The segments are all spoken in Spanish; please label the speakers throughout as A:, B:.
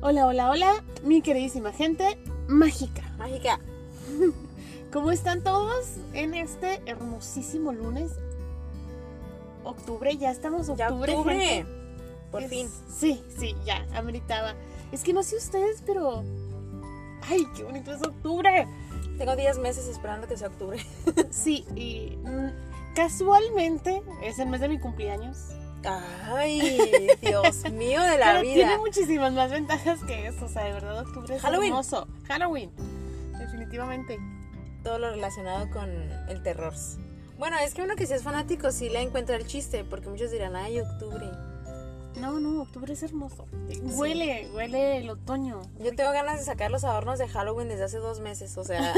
A: Hola, hola, hola, mi queridísima gente mágica.
B: Mágica.
A: ¿Cómo están todos en este hermosísimo lunes? Octubre, ya estamos
B: Ya
A: octubre.
B: octubre.
A: gente.
B: Por
A: Es-
B: fin.
A: Sí, sí, ya, ameritaba. Es que no sé ustedes, pero. ¡Ay, qué bonito es octubre!
B: Tengo 10 meses esperando que sea octubre.
A: Sí, y mm, casualmente es el mes de mi cumpleaños.
B: Ay, Dios mío de la
A: Pero tiene
B: vida.
A: muchísimas más ventajas que eso, o sea, de verdad octubre es
B: Halloween.
A: hermoso. Halloween, definitivamente.
B: Todo lo relacionado con el terror. Bueno, es que uno que sí es fanático sí le encuentra el chiste, porque muchos dirán, ay, octubre.
A: No, no, octubre es hermoso. Huele, huele el otoño.
B: Yo tengo ganas de sacar los adornos de Halloween desde hace dos meses, o sea,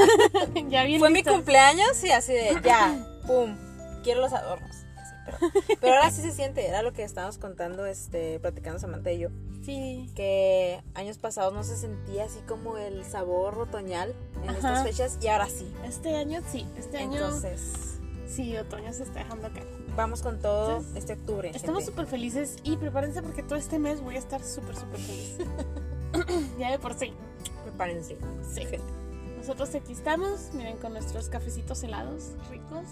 A: ya bien
B: fue mi
A: listo.
B: cumpleaños y así de, ya, pum, quiero los adornos. Así, pero, pero ahora sí se siente, era lo que estábamos contando, este, platicando Samantha y yo.
A: Sí.
B: que años pasados no se sentía así como el sabor otoñal en
A: Ajá.
B: estas fechas y ahora sí.
A: Este año sí, este año
B: Entonces,
A: sí, otoño se está dejando acá.
B: vamos con todo
A: Entonces,
B: este octubre.
A: Estamos
B: gente.
A: súper felices y prepárense porque todo este mes voy a estar súper, súper feliz. ya de por sí.
B: prepárense.
A: Sí.
B: gente.
A: Nosotros aquí estamos, miren, con nuestros cafecitos helados ricos.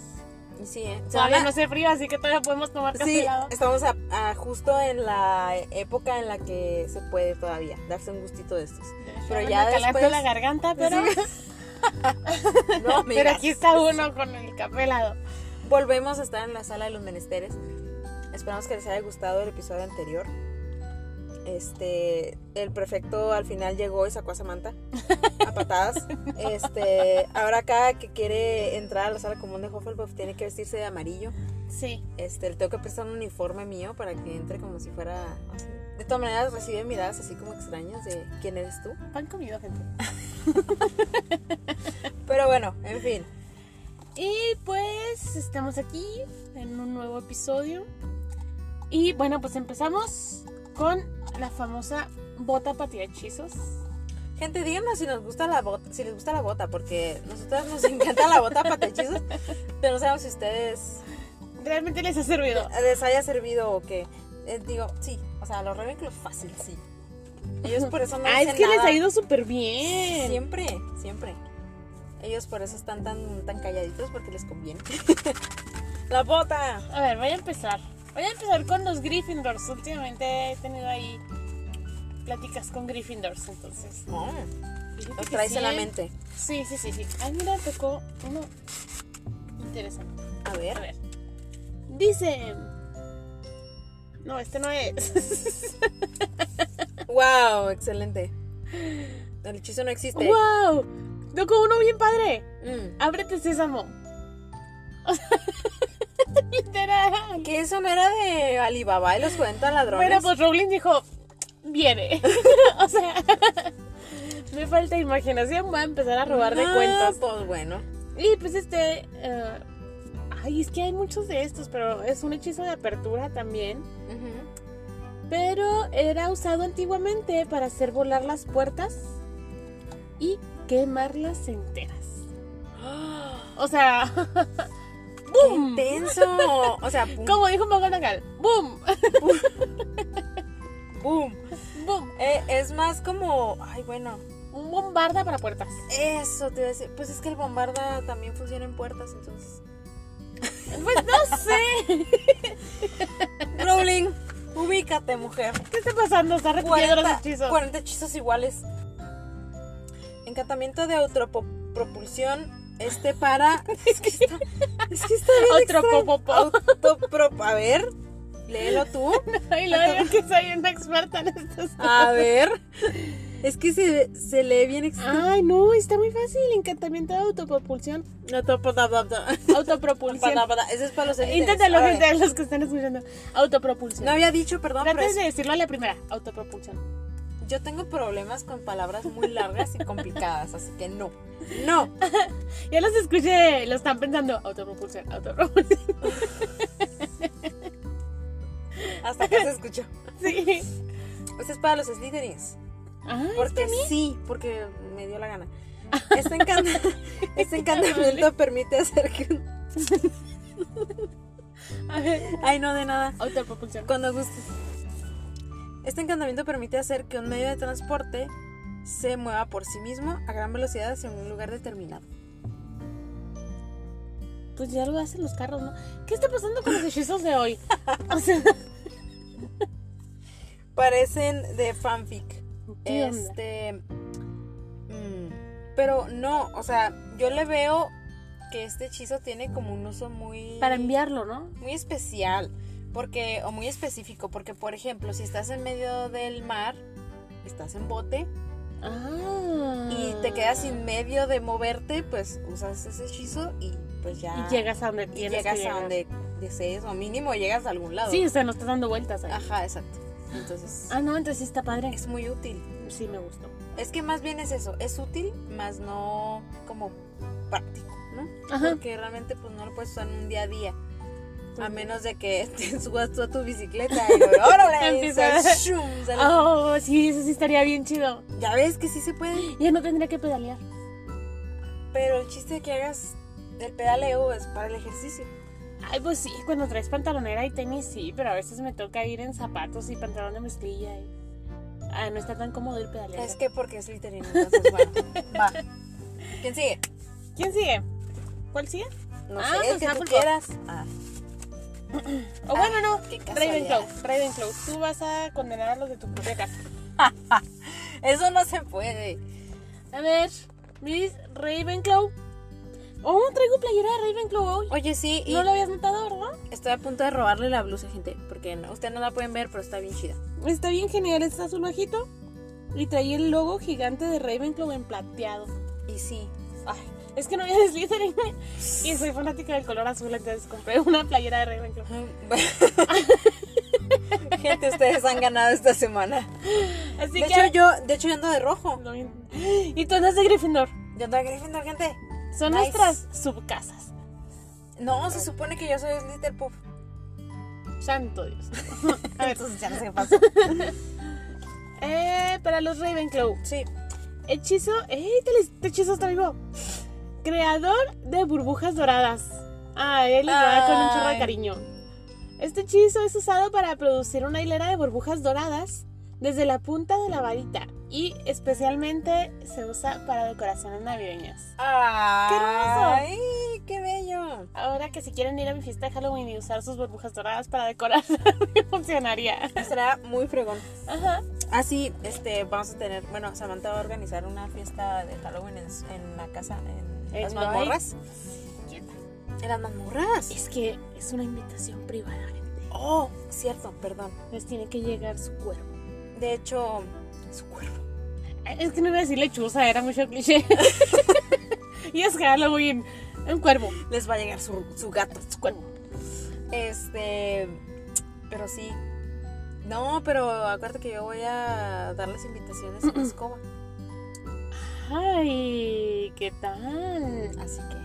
B: Y sí, ¿eh? Se
A: Todavía
B: van a-
A: no hace frío, así que todavía podemos tomar café
B: Sí,
A: helado.
B: estamos a- a justo en la época en la que se puede todavía darse un gustito de estos. Pero
A: Me
B: ya
A: calentó
B: después-
A: la garganta, pero,
B: No,
A: pero
B: amigas.
A: aquí está uno con el café helado.
B: Volvemos a estar en la sala de los menesteres. Esperamos que les haya gustado el episodio anterior. Este, el prefecto al final llegó y sacó a Samantha a patadas. Este, ahora cada que quiere entrar a la sala común de Hufflepuff tiene que vestirse de amarillo.
A: Sí.
B: Este, le tengo que prestar un uniforme mío para que entre como si fuera así. De todas maneras recibe miradas así como extrañas de quién eres tú.
A: Pan comido, gente.
B: Pero bueno, en fin.
A: Y pues estamos aquí en un nuevo episodio. Y bueno, pues empezamos con la famosa bota patihechizos.
B: Gente, díganos si nos gusta la bota, si les gusta la bota, porque nosotras nos encanta la bota para hechizos, pero no sabemos si ustedes
A: Realmente les ha servido.
B: les haya servido o qué. Eh, digo, sí, o sea, los Ravenclaw fácil, sí. Ellos por eso no
A: ah, es
B: dicen
A: que les
B: nada.
A: ha ido súper bien.
B: siempre, siempre. Ellos por eso están tan tan calladitos porque les conviene. la bota.
A: A ver, voy a empezar. Voy a empezar con los Gryffindors. Últimamente he tenido ahí pláticas con Gryffindors, entonces.
B: Oh,
A: fíjate
B: los
A: que
B: traes
A: sí,
B: en la
A: ¿eh?
B: mente.
A: Sí, sí, sí, sí. Ay, mira, tocó uno interesante.
B: A
A: A
B: ver,
A: ver. Dice. No, este no es.
B: wow, excelente. El hechizo no existe.
A: ¡Wow! Tocó uno bien padre.
B: Mm.
A: Ábrete, sésamo. O sea, literal.
B: Que eso no era de Alibaba y los 40 ladrones.
A: Bueno, pues Rowling dijo, viene. o sea, me falta imaginación, voy a empezar a robar de
B: Ah,
A: cuentos.
B: Pues bueno.
A: Y pues este... eh, ay, es que hay muchos de estos, pero es un hechizo de apertura también. Pero era usado antiguamente para hacer volar las puertas y quemarlas enteras. O sea, ¡boom!
B: Intenso. O sea, pum,
A: Como dijo McGonagall, ¡boom!
B: boom.
A: ¡boom!
B: Eh, es más como. Ay, bueno.
A: Un bombarda para puertas.
B: Eso te iba a decir. Pues es que el bombarda también funciona en puertas, entonces.
A: Pues no sé.
B: Rowling, ubícate, mujer.
A: ¿Qué está pasando? Está repitiendo los
B: 40,
A: hechizos.
B: 40 hechizos iguales. Encantamiento de autopropulsión. Este para. Es que está. Es que está bien.
A: Otro
B: extraño.
A: popopo.
B: Autoprop- A ver, léelo tú.
A: Y lo digo que soy una experta en estas
B: A ver. Es que se, se lee bien ex-
A: Ay, no, está muy fácil. Encantamiento de autopropulsión.
B: No, Pues, to- pa- ta- pa- ta- pa-
A: Autopropulsión.
B: ta- pa- ta. Ese es para los élites.
A: Inténtalo,
B: A ver.
A: gente, los que están escuchando. Autopropulsión.
B: No había dicho, perdón, pero
A: Traten
B: es-
A: de decirlo a la primera. Autopropulsión.
B: yo tengo problemas con palabras muy largas y complicadas, así que no. No.
A: Ya los escuché, lo están pensando. Autopropulsión, autopropulsión.
B: Hasta que se escuchó.
A: Sí.
B: Ese es para los Slytherins.
A: Ay,
B: Porque sí, porque me dio la gana. Este, encanta- este encantamiento permite hacer que un-
A: a ver.
B: Ay, no, de nada.
A: Autopropulsión.
B: Cuando gustes. Este encantamiento permite hacer que un medio de transporte se mueva por sí mismo a gran velocidad hacia un lugar determinado.
A: Pues ya lo hacen los carros, ¿no? ¿Qué está pasando con los hechizos de hoy? O sea,
B: Parecen de fanfic.
A: ¿qué onda?
B: Este. mm, pero no, o sea, yo le veo que este hechizo tiene como un uso muy.
A: Para enviarlo, ¿no?
B: Muy especial. Porque, o muy específico, porque por ejemplo, si estás en medio del mar, estás en bote
A: Ah.
B: y te quedas sin medio de moverte, pues usas ese hechizo y pues ya.
A: Y llegas a donde
B: y
A: tienes
B: llegas
A: que
B: a
A: llegar.
B: donde desees, o mínimo llegas a algún lado.
A: Sí, o sea, no estás dando vueltas ahí.
B: Ajá, exacto. Entonces,
A: Ah, no, entonces sí está padre.
B: es muy útil.
A: Sí, me gustó.
B: Es que más bien es eso, es útil, más no como práctico, ¿no?
A: Ajá.
B: Porque realmente pues no lo puedes usar en un día a día. A menos de que te subas tú a tu bicicleta y luego, órale, y
A: Empieza.
B: sal- shum, sale.
A: Oh, sí, eso sí estaría bien chido.
B: Ya ves que sí se puede,
A: Ya no tendría que pedalear.
B: pero el chiste de que hagas el pedaleo es para el ejercicio.
A: Ay, pues sí, cuando traes pantalonera y tenis, sí, pero a veces me toca ir en zapatos y pantalón de mezclilla. Y... Ah, no está tan cómodo el pedalear.
B: Es que porque es Slytherin, entonces bueno, va. ¿Quién sigue?
A: ¿Quién sigue? ¿Cuál sigue?
B: No
A: Ah,
B: sé,
A: pues
B: el que tú
A: Hufflepuff.
B: quieras. Ah,
A: O bueno, no.
B: qué
A: Ravenclaw,
B: Ah, casualidad.
A: Ravenclaw, tú vas a condenar a los de tu propia casa.
B: Eso no se puede.
A: A ver, Miss Ravenclaw. Oh, traigo playera de Ravenclaw hoy.
B: Oye, sí, y
A: No lo habías notado, ¿verdad?
B: estoy a punto de robarle la blusa, gente, porque no, ustedes no la pueden ver, pero está bien chida.
A: Está bien genial, está azul bajito. Y traía el logo gigante de Ravenclaw en plateado.
B: Y sí.
A: Ay, es que no había de Slytherin. Y soy fanática del color azul, entonces compré una playera de Ravenclaw.
B: Gente, ustedes han ganado esta semana.
A: Así que.
B: de hecho, yo, de hecho, yo ando de rojo.
A: Lo mismo. Y tú andas de Gryffindor.
B: Yo ando de Gryffindor, gente.
A: Son
B: Nice.
A: nuestras subcasas.
B: No, se supone que yo soy Slytherin.
A: Santo Dios. A ver.
B: Entonces ya no sé qué pasa.
A: Eh, para los Ravenclaw.
B: Sí.
A: Hechizo. ¡Ey! Este este hechizo está vivo. Creador de burbujas doradas. Ah, él le da con un chorro de
B: Ay.
A: cariño. Este hechizo es usado para producir una hilera de burbujas doradas desde la punta de la varita y especialmente se usa para decoraciones navideñas.
B: ¡Ay! ¡Qué bello!
A: Ahora que si quieren ir a mi fiesta de Halloween y usar sus burbujas doradas para decorar, funcionaría.
B: Será muy fregón.
A: Ajá.
B: Ah, sí, este, vamos a tener. Bueno, Samantha va a organizar una fiesta de Halloween en, en la casa, en
A: En
B: las
A: Noy.
B: mazmorras. ¿En las mazmorras?
A: Es que es una invitación privada, gente.
B: Oh, cierto, perdón.
A: Les tiene que llegar su cuerpo.
B: De hecho, su cuerpo.
A: Eh, Es que no iba a decir lechuza, era mucho cliché. y es Halloween. Un cuervo.
B: Les va a llegar su, su gato.
A: Su cuervo.
B: Este. Pero sí. No, pero acuérdate que yo voy a dar las invitaciones en escoba.
A: Ay, ¿qué tal?
B: Así que.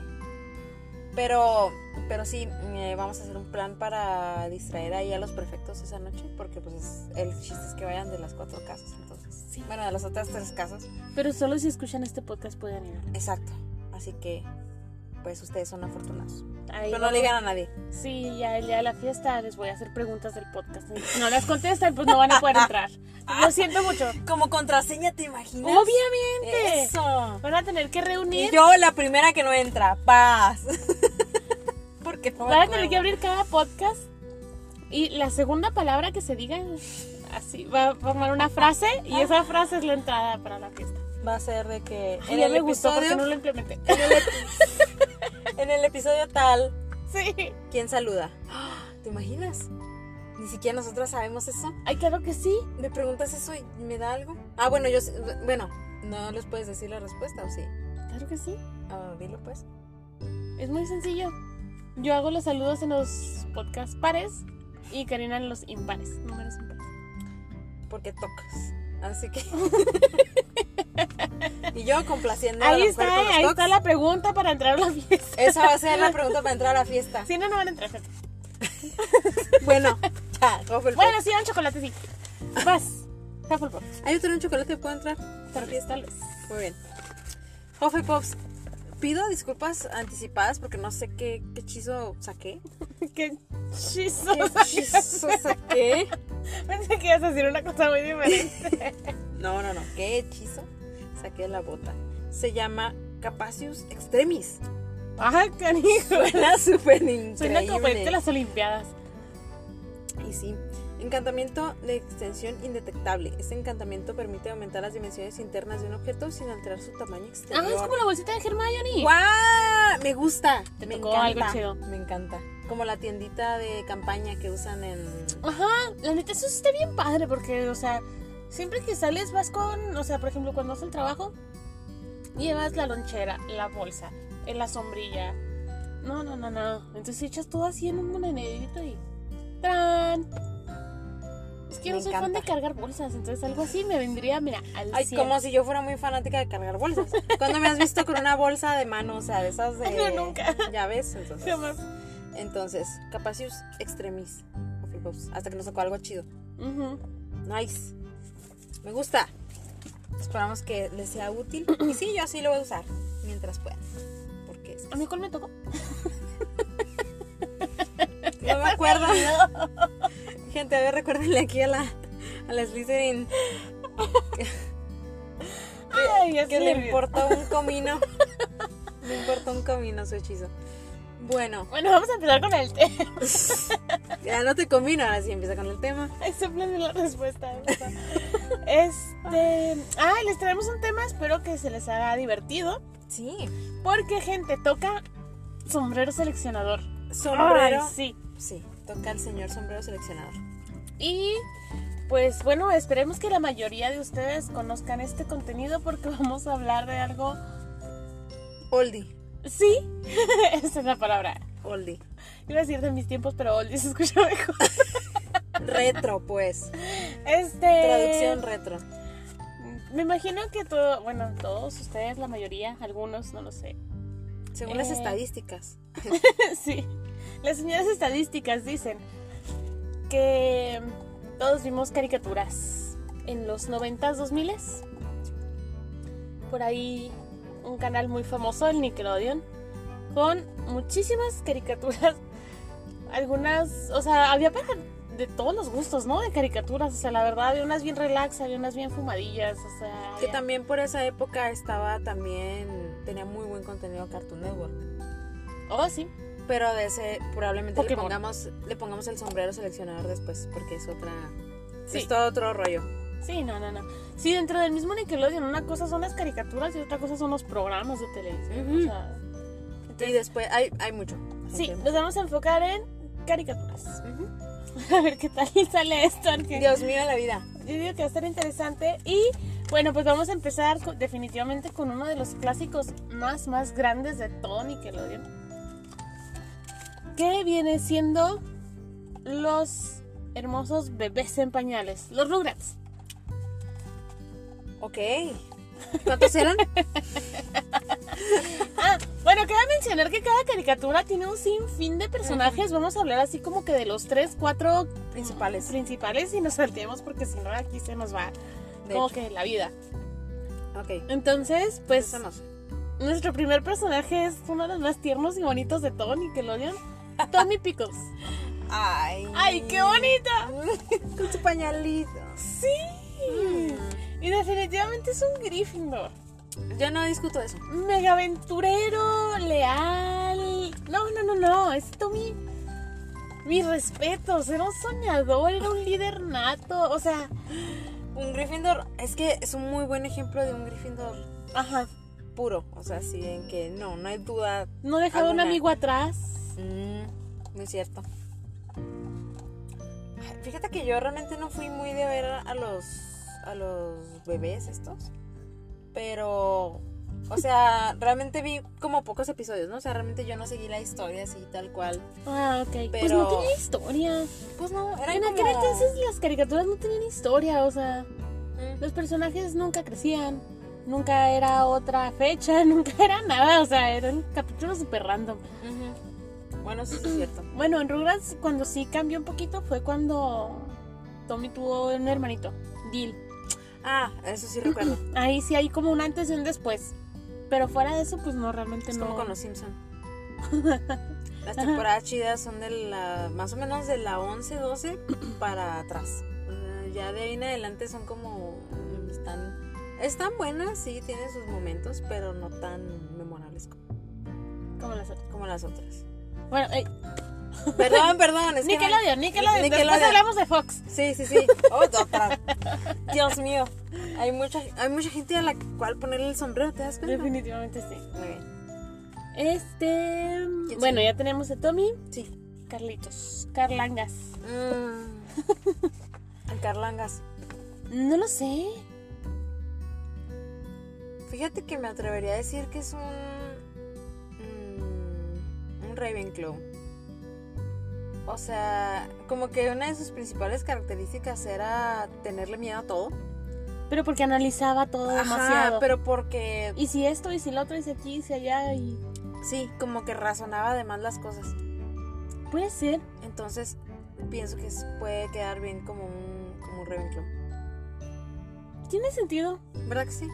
B: Pero. Pero sí, eh, vamos a hacer un plan para distraer ahí a los prefectos esa noche. Porque pues es- el chiste es que vayan de las cuatro casas. Entonces.
A: Sí.
B: Bueno, de las otras tres casas.
A: Pero solo si escuchan este podcast pueden ir.
B: Exacto. Así que. Pues ustedes son afortunados.
A: Ahí
B: Pero no
A: vamos.
B: le digan a nadie.
A: Sí, ya el día de la fiesta les voy a hacer preguntas del podcast. Si no las contestan, pues no van a poder entrar. Lo siento mucho.
B: Como contraseña, ¿te imaginas?
A: Obviamente.
B: Eso.
A: Van a tener que
B: Y
A: reunir.
B: yo la primera que no entra, paz. Porque no me
A: Van a tener
B: acuerdo.
A: que abrir cada podcast. Y la segunda palabra que se diga, así, va a formar una frase. Y
B: Ah.
A: esa frase es la entrada para la fiesta.
B: Va a ser de que
A: Ay,
B: en
A: ya
B: el,
A: me gustó porque
B: episodio,
A: no lo implementé.
B: en el episodio tal,
A: Sí.
B: ¿quién saluda? ¿Te imaginas? Ni siquiera nosotras sabemos eso.
A: Ay, claro que sí.
B: ¿Me preguntas eso y me da algo? Ah, bueno, yo sé- bueno, no les puedes decir la respuesta, ¿o sí?
A: Claro que sí.
B: Ah, dilo pues.
A: Es muy sencillo. Yo hago los saludos en los podcasts pares y Karina en los impares. Números impares.
B: Porque tocas. Así que. y yo complaciendo a
A: Ahí
B: la mujer con
A: está,
B: los
A: ahí
B: tocs.
A: está la pregunta para entrar a la fiesta.
B: Esa va a ser la pregunta para entrar a la fiesta.
A: Si no, no van a entrar. gente.
B: Bueno, ya, Hufflepuff.
A: Bueno, sí, un chocolate, sí. Vas. Hufflepuff.
B: ¿Hay otro un chocolate que puedo entrar?
A: Tal vez, tal vez.
B: Muy bien. Hufflepuffs, pido disculpas anticipadas porque no sé qué, qué hechizo saqué.
A: Qué chiso.
B: ¿Qué hechizo saqué?
A: Pensé que ibas a decir una cosa muy diferente.
B: No, no, no. ¿Qué hechizo? Saqué de la bota. Se llama Capacius Extremis.
A: Ajá, canijo.
B: Suena súper
A: Suena como para irte a
B: increíble.
A: las Olimpiadas.
B: Y sí. Encantamiento de extensión indetectable. Este encantamiento permite aumentar las dimensiones internas de un objeto sin alterar su tamaño exterior.
A: Ah, es como la bolsita de Hermione.
B: ¡Guau! Me gusta.
A: Te
B: me
A: tocó
B: encanta.
A: algo chido.
B: Me encanta. Como la tiendita de campaña que usan en.
A: Ajá, la neta, eso está bien padre porque, o sea, siempre que sales vas con, o sea, por ejemplo, cuando vas al trabajo, llevas la lonchera, la bolsa, eh, la sombrilla. No, no, no, no. Entonces echas todo así en un monedito y. ¡Tran! Es que yo no
B: Me
A: soy fan de
B: encanta.
A: cargar bolsas, entonces algo así me vendría, mira, al
B: Ay,
A: 100.
B: como si yo fuera muy fanática de cargar bolsas. Cuando me has visto con una bolsa de mano, o sea, de esas de.
A: No, nunca.
B: Ya ves, entonces.
A: Jamás.
B: Entonces, Capacius Extremis. Hufflepuffs, Hasta que nos sacó algo chido.
A: Ujú.
B: Nice. Me gusta. Esperamos que les sea útil. Y sí, yo sí lo voy a usar mientras pueda. Porque es que
A: ¿A mí cuál me tocó?
B: no me acuerdo. Gente, a ver, recuérdenle aquí a la, a la Slytherin
A: Ay, ya
B: que
A: se
B: le
A: olvidó.
B: importó un comino. Le importó un comino su hechizo. Bueno,
A: Bueno, vamos a empezar con el té.
B: ya no te comino, ahora sí empieza con el tema.
A: Ay, sóplame la respuesta. de verdad. Este. Ah, les traemos un tema, espero que se les haga divertido.
B: Sí.
A: Porque, gente, toca sombrero seleccionador.
B: Sombrero.
A: Ay, sí.
B: Sí, toca el señor sombrero seleccionador.
A: Y. Pues bueno, esperemos que la mayoría de ustedes conozcan este contenido porque vamos a hablar de algo.
B: Oldie.
A: Sí, esa es la palabra.
B: Oldie.
A: Iba a decir de mis tiempos, pero oldie se escucha mejor.
B: Retro, pues.
A: Este.
B: Traducción retro.
A: Me imagino que todo, bueno, todos ustedes, la mayoría, algunos, no lo sé.
B: Según las
A: Eh.
B: estadísticas.
A: Sí. Las señoras estadísticas dicen que todos vimos caricaturas en los 90s, 2000 Por ahí un canal muy famoso, el Nickelodeon, con muchísimas caricaturas. Algunas, o sea, había para de todos los gustos, ¿no? De caricaturas, o sea, la verdad, había unas bien relax, había unas bien fumadillas, o sea...
B: Que
A: había-
B: también por esa época estaba también. Tenía muy buen contenido Cartoon Network.
A: Oh, sí.
B: Pero de ese probablemente le
A: Pokémon.
B: pongamos, le pongamos el sombrero seleccionador después, porque es otra.
A: Sí.
B: Es todo otro rollo.
A: Sí, no, no, no. Sí, dentro del mismo Nickelodeon, una cosa son las caricaturas y otra cosa son los programas de televisión.
B: Ujú.
A: O sea,
B: Y
A: entonces,
B: después hay, hay mucho.
A: sí,
B: Gente.
A: nos vamos a enfocar en caricaturas.
B: Ujú.
A: A ver qué tal sale esto. porque
B: Dios mío, la vida.
A: Yo digo que va a estar interesante. Y bueno, pues vamos a empezar con- definitivamente con uno de los clásicos más, más grandes de todo Nickelodeon. Que viene siendo los hermosos bebés en pañales, los Rugrats.
B: Ok. ¿Cuántos eran?
A: Ah, bueno, queda mencionar que cada caricatura tiene un sinfín de personajes. Vamos a hablar así como que de los tres, cuatro
B: Principales.
A: principales y nos saltemos porque si no aquí se nos va
B: De
A: como
B: hecho.
A: que la vida.
B: Ok.
A: Entonces, pues
B: Empezamos.
A: nuestro primer personaje es uno de los más tiernos y bonitos de todo Nickelodeon. Tommy Pickles.
B: Ay.
A: ¡Ay, qué bonita!
B: Con su pañalito.
A: Sí. Y definitivamente es un Gryffindor.
B: Yo no discuto eso.
A: mega aventurero, leal. No, no, no, no. Esto mi. Mis respetos. Era un soñador, era un líder nato. O sea.
B: Un Gryffindor, es que es un muy buen ejemplo de un Gryffindor
A: Ajá.
B: puro. O sea, sí, en que no, no hay duda.
A: No dejaba un
B: Alguna-
A: amigo atrás.
B: Mm, no es cierto. Ay, Fíjate que yo realmente no fui muy de ver a los, a los bebés estos. Pero, o sea, realmente vi como pocos episodios, ¿no? O sea, realmente yo no seguí la historia así tal cual.
A: Ah, ok. Pues
B: Pero-
A: no tenía historia.
B: Pues no, era
A: en
B: como...
A: aquel entonces las caricaturas no tenían historia. O sea,
B: Mm,
A: los personajes nunca crecían. Nunca era otra fecha, nunca era nada. O sea, era un capítulo súper random.
B: ujú. Bueno, sí, sí es cierto.
A: Bueno, en Rugrats cuando sí cambió un poquito fue cuando Tommy tuvo un hermanito, Bill.
B: Ah, eso sí recuerdo.
A: Ahí sí hay como un antes y un después. Pero fuera de eso, pues no, realmente
B: Es
A: no.
B: como con los Simpson. Las temporadas chidas son de la más o menos de la 11, 12 para atrás. ya de ahí en adelante son como. mm, Están, están buenas, sí, tienen sus momentos, pero no tan memorables como,
A: Como las otras.
B: como las otras.
A: Bueno, ey,
B: Perdón, perdón. Es que-
A: Nickelodeon, Nickelodeon. Después
B: Nickelodeon.
A: hablamos de Fox.
B: Sí, sí, sí. Oh, otra. Dios mío. Hay mucha, hay mucha gente a la cual ponerle el sombrero, ¿te das cuenta?
A: Definitivamente sí.
B: Muy bien.
A: Este.
B: ¿Quién
A: Bueno,
B: sigue?
A: ya tenemos a Tommy.
B: Sí.
A: Carlitos. Carlangas.
B: Mm. El Carlangas.
A: No lo sé.
B: Fíjate que me atrevería a decir que es un. mm, un Ravenclaw. O sea, como que una de sus principales características era tenerle miedo a todo.
A: Pero porque analizaba todo
B: Ajá,
A: demasiado.
B: pero porque.
A: Y si esto, y si lo otro, y si aquí, y si allá. Y...
B: Sí, como que razonaba de más las cosas.
A: Puede ser.
B: Entonces, pienso que es- puede quedar bien como un, como un Ravenclaw.
A: Tiene sentido.
B: ¿Verdad que sí?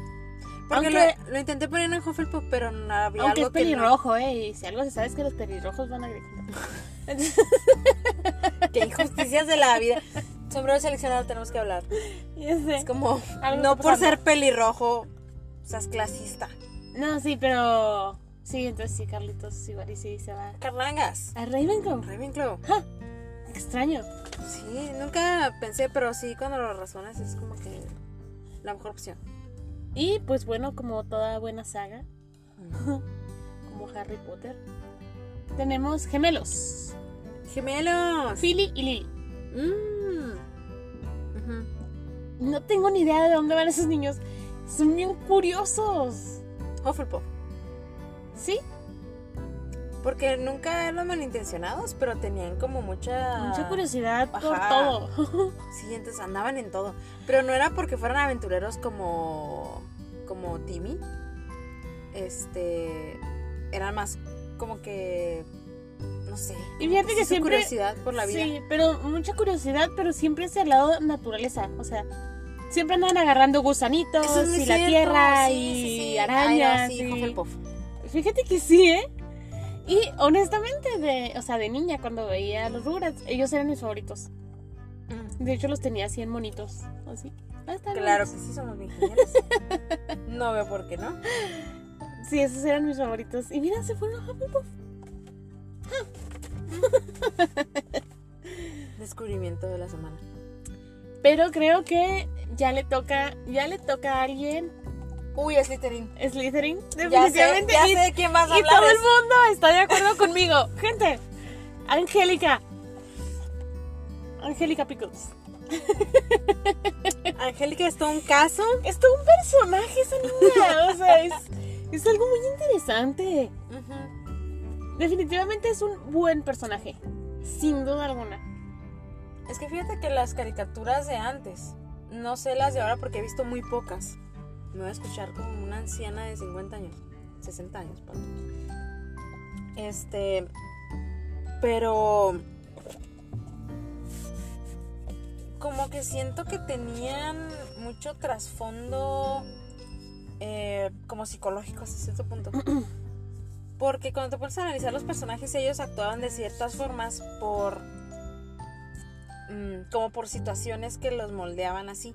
B: Porque
A: Aunque-
B: lo, lo intenté poner en Hufflepuff, pero no había
A: Aunque es
B: algo que, no-
A: pelirrojo, ¿eh? Y si algo se sabe es que los pelirrojos van a gritar.
B: que injusticias de la vida. Sombrero seleccionado tenemos que hablar.
A: Ya sé.
B: Es como,
A: Algo
B: no
A: está
B: por
A: pasando.
B: ser pelirrojo, seas clasista.
A: No, sí, pero. Sí, entonces sí, Carlitos igual y sí se va.
B: Carlangas.
A: A Ravenclaw.
B: Ravenclaw.
A: Extraño.
B: Sí, nunca pensé, pero sí, cuando lo razonas es como que la mejor opción.
A: Y pues bueno, como toda buena saga, como Harry Potter, tenemos gemelos.
B: Gemelos.
A: Philly y Lily.
B: Mm. Ujú.
A: No tengo ni idea de dónde van esos niños. Son bien curiosos.
B: Hufflepuff.
A: ¿Sí?
B: Porque nunca eran malintencionados, pero tenían como mucha...
A: Mucha curiosidad por
B: Ah, Ajá.
A: todo.
B: Sí, entonces andaban en todo. Pero no era porque fueran aventureros como... Como Timmy. Este... Eran más como que... No sé.
A: Y
B: como
A: fíjate que
B: sí su
A: siempre-
B: curiosidad por la vida.
A: Sí, pero mucha curiosidad, pero siempre hacia el lado naturaleza. O sea, siempre andan agarrando gusanitos
B: Eso es muy
A: y la
B: cierto,
A: tierra
B: sí,
A: y
B: sí, sí.
A: arañas.
B: Ay, no, sí,
A: y-
B: Hufflepuff.
A: Fíjate que sí, ¿eh? Y honestamente, de, o sea, de niña, cuando veía a los Rugrats, ellos eran mis favoritos.
B: Mm,
A: De hecho, los tenía así en monitos. Así. Ah, está bien.
B: Claro que sí, somos ingenieros. no veo por qué no.
A: Sí, esos eran mis favoritos. Y mira, se fueron a Hufflepuff.
B: Descubrimiento de la semana.
A: Pero creo que ya le toca, ya le toca a alguien
B: Uy, Slytherin.
A: Slytherin.
B: Ya sé,
A: Definitivamente.
B: ya
A: y-
B: sé de quién vas a
A: Y
B: hablar.
A: todo el
B: es-
A: mundo está de acuerdo conmigo. Gente, Angélica. Angélica Pickles.
B: Angélica está un caso.
A: Es todo un personaje esa niña. O sea, es, es algo muy interesante. Definitivamente es un buen personaje. Sin duda alguna.
B: Es que fíjate que las caricaturas de antes, no sé las de ahora porque he visto muy pocas. Me voy a escuchar como una anciana de 50 años, 60 años, perdón. Este, pero como que siento que tenían mucho trasfondo eh, como psicológico hasta cierto punto. Porque cuando te pones a analizar los personajes, ellos actuaban de ciertas formas por mm, como por situaciones que los moldeaban así.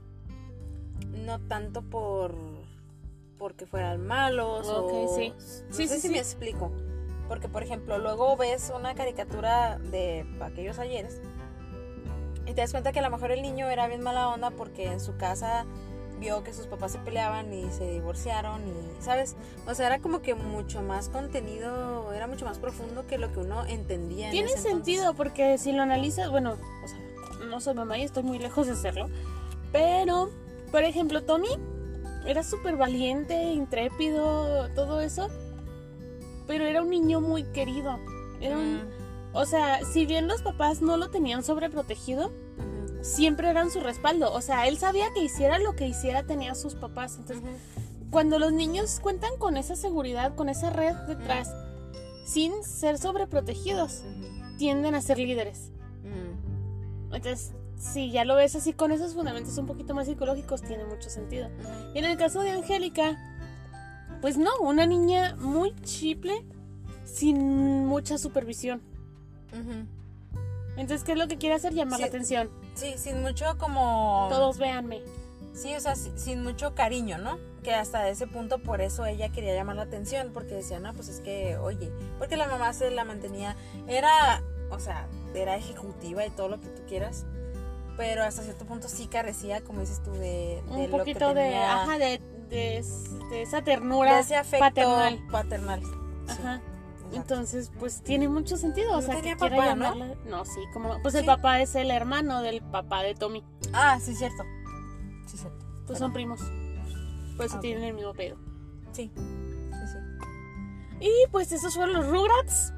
B: No tanto por porque fueran malos
A: Ok,
B: o
A: sí.
B: no
A: Sí,
B: sé
A: sí,
B: si
A: sí.
B: me explico. Porque por ejemplo, luego ves una caricatura de aquellos ayeres y te das cuenta que a lo mejor el niño era bien mala onda porque en su casa vio que sus papás se peleaban y se divorciaron y, ¿sabes? O sea, era como que mucho más contenido, era mucho más profundo que lo que uno entendía. en
A: Tiene
B: ese entonces.
A: sentido porque si lo analizas, bueno, o sea, no soy mamá y estoy muy lejos de serlo. Pero, por ejemplo, Tommy era súper valiente, intrépido, todo eso. Pero era un niño muy querido. Era un- o sea, si bien los papás no lo tenían sobreprotegido,
B: Mm, ujú,
A: siempre eran su respaldo. O sea, él sabía que hiciera lo que hiciera tenía a sus papás. Entonces,
B: ujú.
A: cuando los niños cuentan con esa seguridad, con esa red detrás, sin ser sobreprotegidos, tienden a ser líderes.
B: Mm,
A: Entonces, si ya lo ves así con esos fundamentos un poquito más psicológicos, tiene mucho sentido. Y en el caso de Angélica, pues no, una niña muy chiple, sin mucha supervisión.
B: ujú.
A: Entonces, ¿qué es lo que quiere hacer? Llamar la
B: Sí.
A: atención.
B: Sí, sin mucho como...
A: Todos véanme.
B: Sí, o sea, si- sin mucho cariño, ¿no? Que hasta ese punto por eso ella quería llamar la atención, porque decía, no, pues es que, oye, porque la mamá se la mantenía, era, o sea, era ejecutiva y todo lo que tú quieras, pero hasta cierto punto sí carecía, como dices tú, de, de
A: Un
B: lo que
A: poquito de,
B: tenía,
A: ajá, de, de es- de esa
B: de
A: ternura
B: ese afecto
A: paternal.
B: paternal. paternal. Sí,
A: Ajá.
B: exacto.
A: Entonces, pues tiene mucho sentido. O
B: No
A: sea,
B: tenía
A: que quiera
B: papá, ¿no?
A: llamarla. ¿no? sí, como. Pues el
B: Sí.
A: papá es el hermano del papá de Tommy.
B: Ah, sí, cierto. Sí, cierto.
A: Pues son primos. Por eso
B: Ah, ok.
A: tienen el mismo pedo.
B: Sí. Sí, sí.
A: Y pues esos fueron los Rugrats.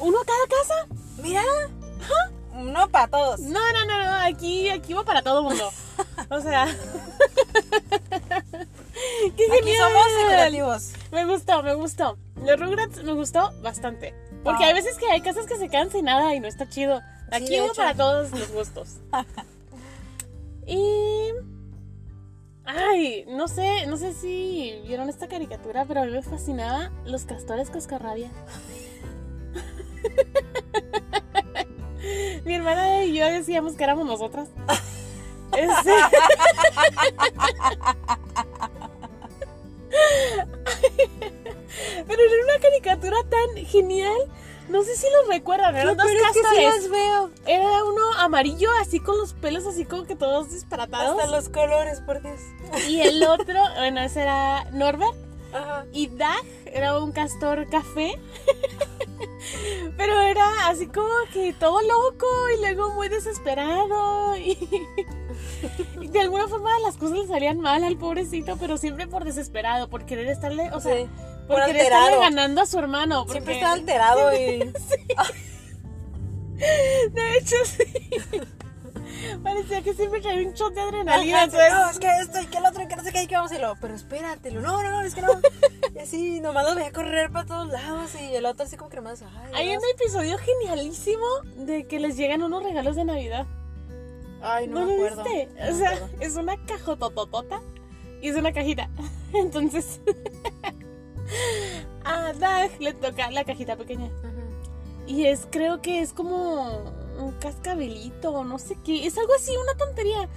A: Uno a cada casa.
B: Mira. No para todos.
A: No, no, no, no. Aquí, aquí va para todo mundo. O sea. ¡Qué
B: Aquí
A: genial!
B: somos equitativos.
A: Me gustó, me gustó. Los Rugrats me gustó bastante. Porque
B: Ah.
A: hay veces que hay casas que se quedan sin nada y no está chido.
B: Sí,
A: Aquí
B: de
A: hubo
B: hecho.
A: para todos los gustos. y. Ay, no sé, no sé si vieron esta caricatura, pero a mí me fascinaba los castores cascarrabia. Mi hermana y yo decíamos que éramos nosotras. Este- Pero era una caricatura tan genial. No sé si los recuerdan,
B: Lo
A: eran dos
B: peor es que sí
A: castores.
B: las veo.
A: Era uno amarillo, así con los pelos así como que todos disparatados.
B: Hasta los colores, por Dios.
A: Y el otro, bueno, ese era Norbert.
B: Ajá.
A: Y Dag era un castor café. Pero era así como que todo loco y luego muy desesperado. Y, y de alguna forma las cosas le salían mal al pobrecito, pero siempre por desesperado, por querer estarle, o sea,
B: Sí.
A: por
B: por
A: querer estarle
B: alterado.
A: ganando a su hermano. Porque,
B: Siempre está alterado y.
A: De hecho, sí. Parecía que siempre traía un shot de adrenalina.
B: Ajá,
A: entonces-
B: No, es que esto y que el otro y que no sé qué y que vamos y lo. Pero espératelo. No, no, no, es que no. Y así nomás los veía correr para todos lados y el otro así como que nomás. Ay,
A: Hay
B: Dios.
A: un episodio genialísimo de que les llegan unos regalos de Navidad.
B: Ay, no,
A: ¿No,
B: me
A: lo
B: acuerdo.
A: viste?
B: No me
A: o sea,
B: acuerdo.
A: es una cajotototota y es una cajita. Entonces, a Dag le toca la cajita pequeña.
B: Ujú.
A: Y es, creo que es como un cascabelito o no sé qué. Es algo así, una tontería.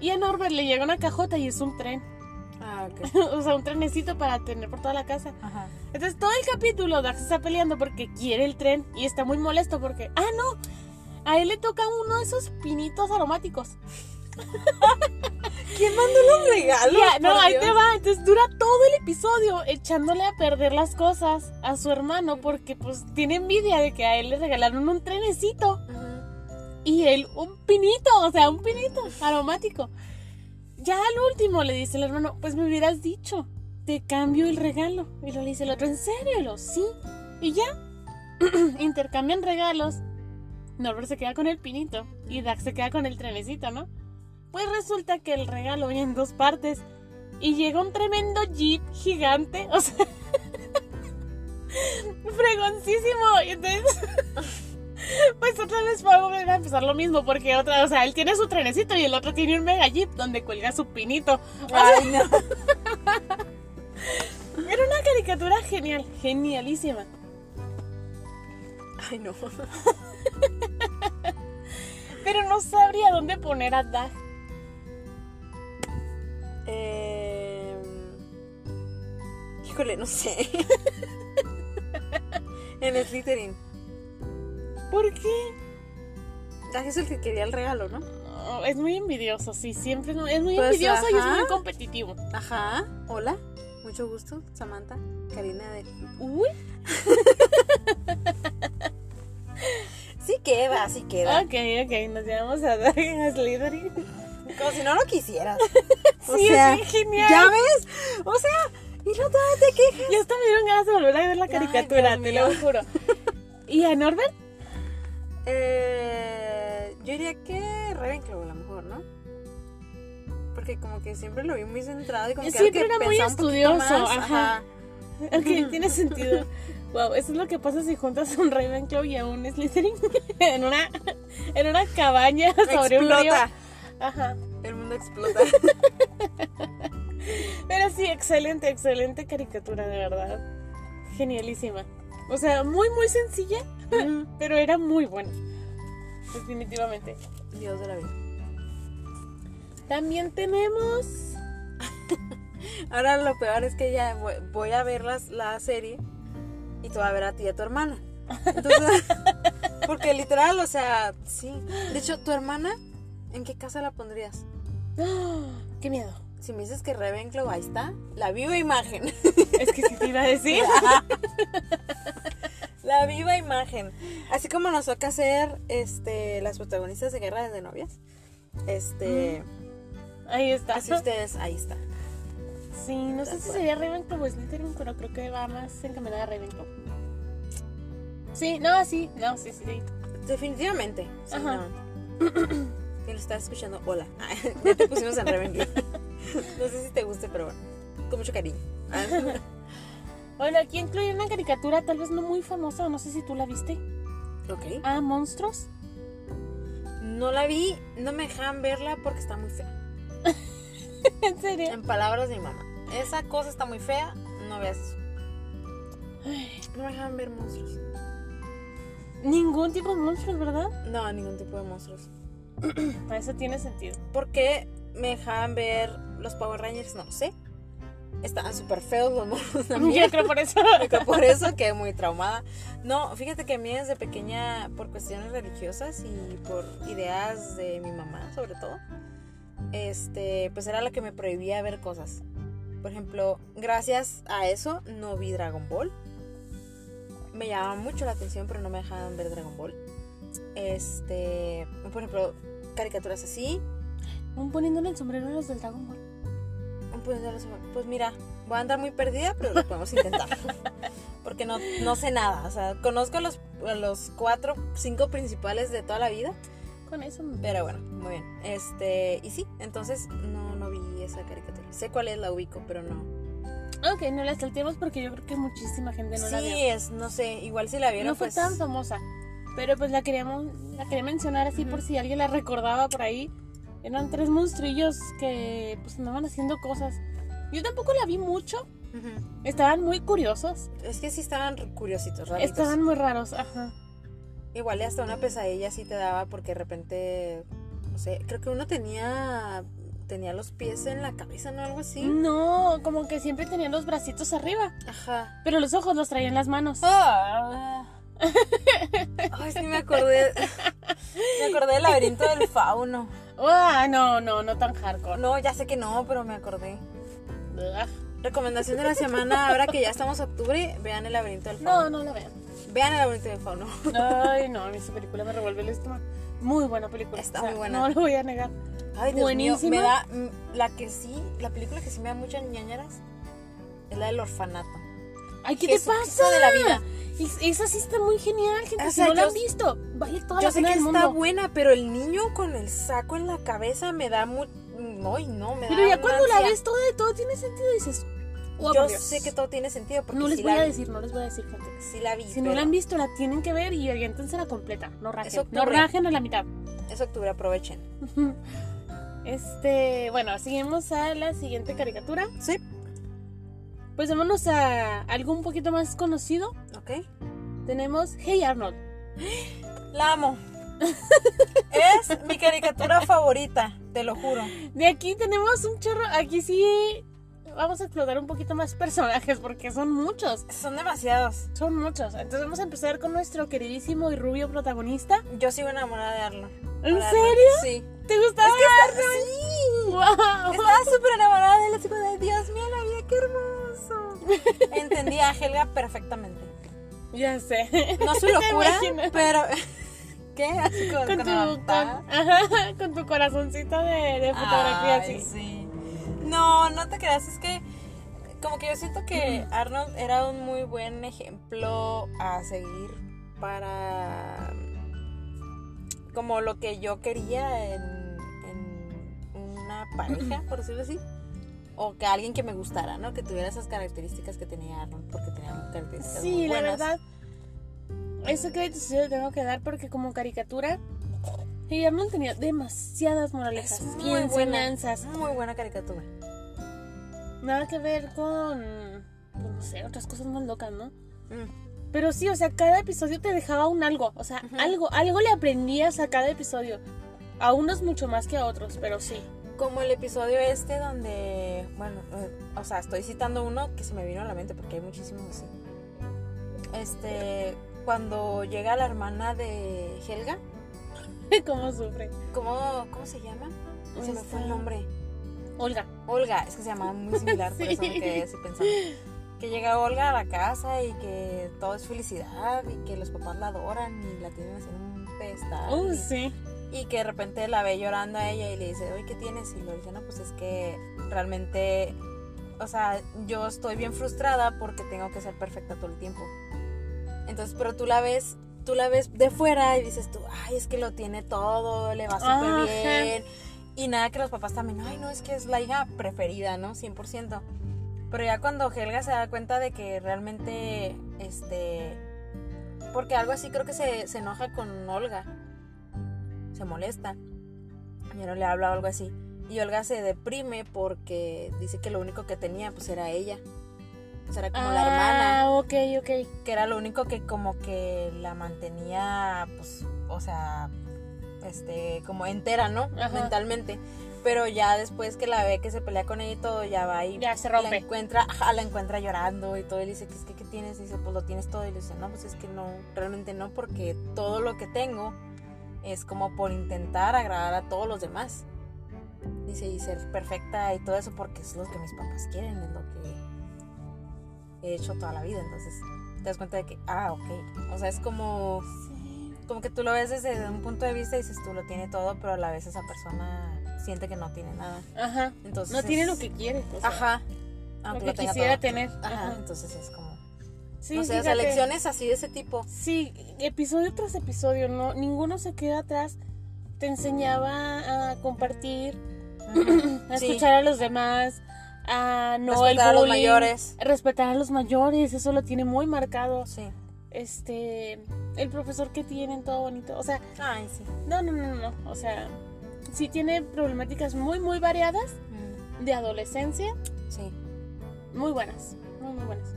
A: Y a Norbert le llega una cajota y es un tren.
B: Ah, ok.
A: o sea, un trenecito para tener por toda la casa.
B: Ajá.
A: Entonces todo el capítulo Dax está peleando porque quiere el tren y está muy molesto porque, ah, no, a él le toca uno de esos pinitos aromáticos.
B: ¿Quién mandó los regalos?
A: Ya, no,
B: por
A: ahí
B: Dios?
A: te va. Entonces dura todo el episodio echándole a perder las cosas a su hermano porque pues tiene envidia de que a él le regalaron un trenecito
B: Ujú.
A: y él un pinito, o sea, un pinito aromático. Ya al último le dice el hermano, pues me hubieras dicho, te cambio el regalo. Y lo dice el otro, ¿en serio? Y lo, sí. Y ya, intercambian regalos. Norbert se queda con el pinito y Dax se queda con el trenecito, ¿no? Pues resulta que el regalo viene en dos partes y llega un tremendo jeep gigante, o sea, fregoncísimo. Y entonces, pues otra vez va a volver a empezar lo mismo porque otra, o sea, él tiene su trenecito y el otro tiene un mega jeep donde cuelga su pinito.
B: Ay, no.
A: Era una caricatura genial, genialísima.
B: Ay, no.
A: Pero no sabría dónde poner a Dag.
B: Em, Híjole, no sé. en Slytherin.
A: ¿Por qué?
B: Ah, es el que quería el regalo, ¿no?
A: Oh, es muy envidioso, sí, siempre no- es muy
B: Pues,
A: envidioso y es
B: ajá.
A: muy competitivo.
B: Ajá. Hola. Mucho gusto, Samantha. Karina de...
A: Uy,
B: Sí queda, sí queda.
A: ok, ok, nos llevamos a Doug a Slytherin.
B: Como si no lo quisieras.
A: Sí,
B: O sea,
A: es bien genial.
B: ¿Ya ves? O sea, y no todavía te quejas.
A: Ya hasta me dieron ganas de volver a ver la
B: Ay,
A: caricatura,
B: Dios
A: te
B: mío.
A: lo juro. ¿Y a Norbert?
B: Eh, yo diría que Ravenclaw a lo mejor, ¿no? Porque como que siempre lo vi muy centrado y como que algo
A: Siempre
B: que
A: era muy
B: pensaba un poquito
A: estudioso,
B: más,
A: ajá. Ok, tiene sentido. Wow, eso es lo que pasa si juntas a un Ravenclaw y a un Slytherin en una, en una cabaña sobre un río.
B: Explota.
A: Ajá.
B: El mundo explota.
A: Pero sí, excelente, excelente caricatura, de verdad. Genialísima. O sea, muy, muy sencilla, pero era muy buena. definitivamente.
B: Dios de la vida.
A: También tenemos.
B: Ahora lo peor es que ya voy- voy a ver las, la serie y tú vas a ver a ti y a tu hermana. Entonces, porque literal, o sea, sí. De hecho, tu hermana, ¿en qué casa la pondrías?
A: ¡Ah! ¡Qué miedo!
B: Si me dices que Ravenclaw, ahí está, la viva imagen.
A: Es que sí te iba a decir.
B: La viva imagen. Así como nos toca ser este, las protagonistas de Guerra de Novias. Este,
A: Ahí está.
B: así ustedes, ahí está.
A: Sí, no sé si sería Ravenclaw o Slytherin, pero creo que va más encaminada a Ravenclaw. Sí, no, sí, no, sí, sí, sí.
B: Definitivamente. Sí,
A: Ajá.
B: no. Quien lo está escuchando, hola. ya te pusimos en Ravenclaw. no sé si te guste, pero bueno. Con mucho cariño.
A: Bueno, aquí incluye una caricatura tal vez no muy famosa, o no sé si tú la viste.
B: ok.
A: Ah, Monstruos.
B: No la vi, no me dejaban verla porque está muy fea.
A: ¿En serio?
B: En palabras de mi mamá. Esa cosa está muy fea, no veas eso. No me dejaban ver monstruos.
A: Ningún tipo de monstruos, ¿verdad? Ah,
B: No, ningún tipo de monstruos.
A: Eso tiene sentido.
B: ¿Por qué me dejaban ver los Power Rangers? No sé. Estaban súper feos los monos también.
A: Yo creo por eso.
B: Creo que por eso quedé muy traumada. No, fíjate que a mí desde pequeña, por cuestiones religiosas y por ideas de mi mamá, sobre todo, este, pues era la que me prohibía ver cosas. Por ejemplo, gracias a eso no vi Dragon Ball. Me llamaba mucho la atención, pero no me dejaban ver Dragon Ball. Este, por ejemplo, caricaturas así,
A: Un poniéndole el sombrero a los del Dragon Ball.
B: Pues, no lo sé. Pues mira, voy a andar muy perdida, pero lo podemos intentar. Porque no, no sé nada. O sea, conozco los, a los cuatro, cinco principales de toda la vida.
A: Con eso. no.
B: Pero bueno, muy bien. Este, y sí, entonces no, no vi esa caricatura. Sé cuál es, la ubico, pero no.
A: Ok, no la salteamos porque yo creo que muchísima gente no la vio.
B: sí, es, no sé, igual si la vieron,
A: no fue
B: pues.
A: tan famosa, pero pues la queríamos, la quería mencionar así por si alguien la recordaba por ahí. Eran tres monstrillos que pues andaban haciendo cosas. Yo tampoco la vi mucho,
B: Ujú.
A: estaban muy curiosos,
B: Es que sí estaban curiositos, raritos.
A: estaban muy raros, ajá.
B: Igual y hasta una pesadilla sí te daba porque de repente, no sé, creo que uno tenía, tenía los pies en la cabeza, ¿no? Algo así.
A: Mm. No, como que siempre tenían los bracitos arriba,
B: Ajá.
A: pero los ojos los traían en las manos.
B: Ah. Ay, sí me acordé. Me acordé del laberinto del fauno.
A: Ah, no, no, no tan hardcore. Ah.
B: No, ya sé que no, pero me acordé.
A: Ugh.
B: Recomendación de la semana, ahora que ya estamos a octubre, vean el laberinto del fauno.
A: No, no la vean.
B: Vean el laberinto del fauno.
A: Ay, no, a mí esa película me revuelve el estómago. Muy buena película.
B: Está
A: o sea,
B: muy buena.
A: No lo voy a negar.
B: Ay, Dios
A: Buenísima.
B: mío. Me da. mm, La que sí, la película que sí me da muchas ñañaras es la del orfanato.
A: Ay, ¿qué te
B: Jesucristo
A: pasa?
B: de la vida.
A: Es- Esa sí está muy genial, gente.
B: O
A: si
B: sea,
A: no la
B: yo-
A: han visto, vale toda
B: Ah, Yo
A: la
B: sé
A: pena
B: que
A: del
B: está
A: mundo.
B: buena, pero el niño con el saco en la cabeza me da muy. No, no, me da.
A: Pero ya
B: una
A: cuando la
B: ansia.
A: ves toda, todo tiene sentido. Dices, oh,
B: Yo
A: por Dios.
B: sé que todo tiene sentido porque
A: No les
B: sí
A: voy
B: la
A: a
B: vi.
A: decir, no les voy a decir, gente.
B: Sí la vi.
A: Si no
B: pero
A: la han visto, la tienen que ver y aviéntense la completa. No
B: Es
A: rajen.
B: octubre.
A: No rajen a la mitad.
B: Es octubre, aprovechen.
A: Este, bueno, seguimos a la siguiente caricatura.
B: Sí.
A: Pues vámonos a algo un poquito más conocido.
B: Ok.
A: Tenemos Hey Arnold.
B: La amo. es mi caricatura favorita, te lo juro.
A: De aquí tenemos un chorro. Aquí sí vamos a explotar un poquito más personajes porque son muchos.
B: Son demasiados.
A: Son muchos. Entonces vamos a empezar con nuestro queridísimo y rubio protagonista.
B: Yo sigo enamorada de Arlo.
A: ¿En
B: Hola, Arlo.
A: serio?
B: Sí.
A: ¿Te gustaba?
B: Sí.
A: ¡Wow!
B: Estaba súper enamorada de él, así como de Dios mío, la vida, qué hermoso. Entendí a Helga perfectamente.
A: Ya sé.
B: No su
A: Te
B: locura,
A: imagino.
B: pero. ¿Qué? Así con,
A: Con tu,
B: con
A: con,
B: adaptada.
A: ajá, con tu corazoncito de, de fotografía
B: Ay,
A: así.
B: sí. No, no te creas, es que como que yo siento que Arnold era un muy buen ejemplo a seguir para mm, como lo que yo quería en, en una pareja, por decirlo así. O que alguien que me gustara, ¿no? Que tuviera esas características que tenía Arnold, porque tenía características
A: Sí,
B: muy
A: la
B: buenas.
A: verdad. Eso crédito sí lo tengo que dar porque como caricatura, Guillermo tenía demasiadas moralejas
B: Es
A: y
B: muy buena,
A: enseñanzas.
B: muy buena caricatura.
A: Nada que ver con, pues, no sé, otras cosas más locas, ¿no?
B: Mm.
A: Pero sí, o sea, cada episodio te dejaba un algo. O sea,
B: Ujú.
A: algo, algo le aprendías a cada episodio. A unos mucho más que a otros, pero sí.
B: Como el episodio este donde, bueno, eh, o sea, estoy citando uno que se me vino a la mente porque hay muchísimos así. Este, cuando llega la hermana de Helga,
A: ¿Cómo sufre?
B: ¿cómo, cómo se llama? Se me fue
A: Esta-
B: el nombre.
A: Olga.
B: Olga, es que se llamaba muy similar, por eso me
A: Sí.
B: quedé así pensando. Que llega Olga a la casa y que todo es felicidad y que los papás la adoran y la tienen así en un pedestal.
A: Oh,
B: y-
A: sí.
B: Y que de repente la ve llorando a ella y le dice, oye, ¿qué tienes? Y le dice, no, pues es que realmente, o sea, yo estoy bien frustrada porque tengo que ser perfecta todo el tiempo. Entonces, pero tú la ves, tú la ves de fuera y dices tú, ay, es que lo tiene todo, le va
A: Ajá.
B: súper bien. Y nada, que los papás también, ay, no, es que es la hija preferida, ¿no? 100%. Pero ya cuando Helga se da cuenta de que realmente, este, porque algo así creo que se, se enoja con Olga. Se molesta. Ya no le habla o algo así. Y Olga se deprime porque dice que lo único que tenía pues era ella. O sea, era como la hermana.
A: Ah, ok, ok.
B: Que era lo único que como que la mantenía, pues, o sea, este, como entera, ¿no?
A: Ajá.
B: Mentalmente. Pero ya después que la ve que se pelea con ella y todo, ya va y
A: Ya se
B: la
A: rompe.
B: encuentra, ajá, la encuentra llorando y todo, y le dice, "¿Qué- ¿qué, ¿qué tienes? Y dice, pues lo tienes todo, y le dice, no, pues es que no, realmente no, porque todo lo que tengo es como por intentar agradar a todos los demás. Dice, y ser perfecta y todo eso, porque es lo que mis papás quieren, es lo que he hecho toda la vida, entonces te das cuenta de que, ah, ok, o sea, es como, como que tú lo ves desde un punto de vista y dices, tú lo tiene todo, pero a la vez esa persona siente que no tiene nada.
A: Ajá.
B: Entonces,
A: No tiene
B: es-
A: lo que quiere. o sea,
B: Ajá.
A: Lo
B: Aunque
A: que
B: lo tenga
A: quisiera
B: todo.
A: tener.
B: Ajá,
A: Ajá.
B: entonces es como.
A: Sí,
B: no sé, o sea,
A: fíjate.
B: lecciones así de ese tipo.
A: Sí, episodio tras episodio, no, ninguno se queda atrás. Te enseñaba a compartir, a
B: Sí.
A: escuchar a los demás, a no el
B: Respetar a los
A: bullying,
B: mayores.
A: respetar a los mayores, eso lo tiene muy marcado.
B: Sí.
A: Este, el profesor que tienen todo bonito, o sea,
B: Ay, sí.
A: no, no, no, no, no, o sea, sí tiene problemáticas muy, muy variadas
B: Mm,
A: de adolescencia,
B: Sí.
A: muy buenas, muy, muy buenas.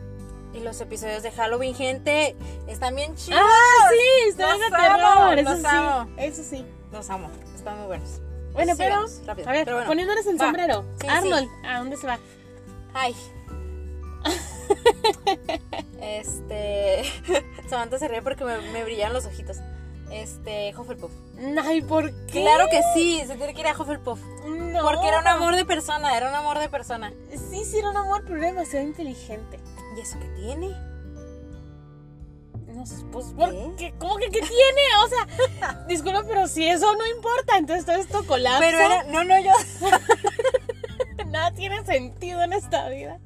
B: Y los episodios de Halloween, gente, están bien chidos.
A: Ah, sí, está
B: Los
A: de
B: amo,
A: terror, eso
B: los
A: sí,
B: amo.
A: eso sí.
B: Los amo. Están muy buenos.
A: Bueno,
B: Sí,
A: pero,
B: vamos, rápido.
A: a ver,
B: Pero bueno,
A: poniéndonos el
B: va.
A: sombrero.
B: Sí,
A: Arnold, ¿a dónde se va?
B: Ay. este. Samantha se ríe porque me, me brillaron los ojitos. Este, Hufflepuff.
A: Ay, ¿por qué?
B: Claro que sí, se tiene que ir a Hufflepuff.
A: No.
B: Porque era un amor de persona, era un amor de persona.
A: Sí, sí, era un amor, pero era demasiado inteligente.
B: ¿Y eso qué tiene?
A: No sé, pues, ¿por
B: ¿Qué?
A: qué? ¿Cómo que qué tiene? O sea, disculpa, pero si eso no importa, entonces todo esto colapsa.
B: Pero era, no, no, yo.
A: Nada tiene sentido en esta vida.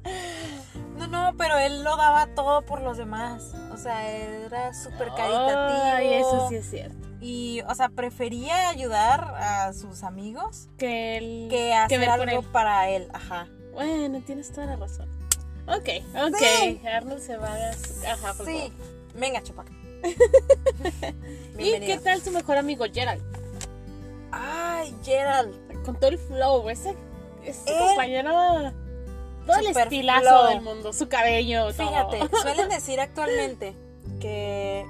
B: No, no, pero él lo daba todo por los demás. O sea, era súper caritativo.
A: Ay, eso sí es cierto.
B: Y, o sea, prefería ayudar a sus amigos
A: Que el...
B: que hacer
A: ver con
B: algo
A: él.
B: para él. Ajá.
A: Bueno, tienes toda la razón. Ok, ok.
B: Sí.
A: Arnold se va a... su- Ajá, por
B: Sí.
A: favor.
B: Venga, chupaca.
A: ¿Y qué
B: Bienvenido.
A: tal su mejor amigo, Gerald?
B: Ay, Gerald.
A: con todo el flow, ese, ese
B: Él-
A: compañero, todo el
B: Super
A: estilazo
B: flow.
A: del mundo, su cabello,
B: Fíjate,
A: todo.
B: suelen decir actualmente que.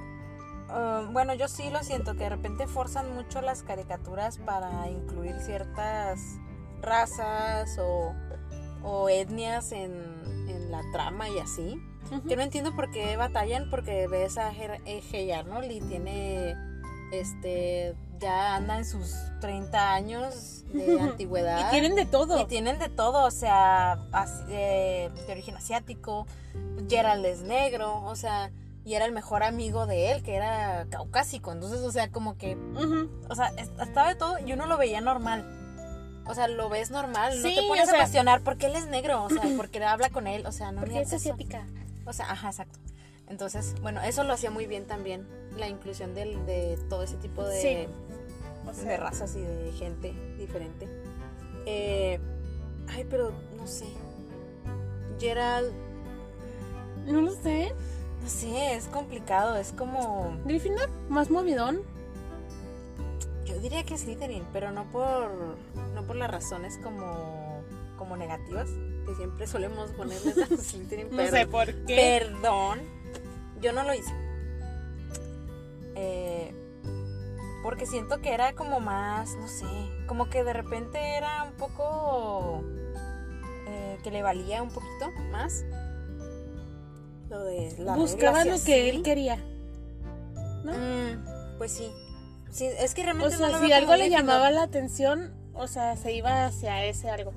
B: um, bueno, yo sí lo siento, que de repente forzan mucho las caricaturas para incluir ciertas razas o, o etnias en, en la trama y así.
A: Ujú.
B: Yo no entiendo por qué batallan, porque ves a Her- eh, Hey Arnold y tiene. Este. Ya anda en sus 30 años de antigüedad.
A: Y tienen de todo.
B: Y tienen de todo, o sea, as- eh, de origen asiático, Gerald es negro, o sea, y era el mejor amigo de él, que era caucásico, entonces, o sea, como que,
A: Ujú.
B: o sea, es- estaba de todo y uno lo veía normal. O sea, lo ves normal, no
A: Sí,
B: te pones
A: o sea-
B: a cuestionar por qué él es negro, o sea, por qué habla con él, o sea, no
A: Porque
B: digas
A: es
B: eso.
A: asiática.
B: O sea, ajá, exacto. Entonces, bueno, eso lo hacía muy bien también, la inclusión del- de todo ese tipo de
A: Sí. O
B: de
A: sea,
B: razas y de gente diferente. Eh, ay, pero no sé. Gerald,
A: no lo sé.
B: no sé, es complicado, es como...
A: Gryffindor, más movidón.
B: Yo diría que es Slytherin, pero no por, no por las razones como, como negativas que siempre solemos ponerles a Slytherin.
A: No
B: pero-
A: sé por qué.
B: Perdón. Yo no lo hice. Eh, porque siento que era como más, no sé, como que de repente era un poco eh, que le valía un poquito más. Lo de la
A: Buscaba
B: regla,
A: lo
B: sí,
A: que
B: sí.
A: él quería. ¿no?
B: Mm, pues sí. Sí, es que
A: O
B: realmente no
A: sea,
B: lo
A: si
B: veo
A: algo
B: como
A: le
B: un
A: llamaba la atención, o sea, se iba hacia ese algo.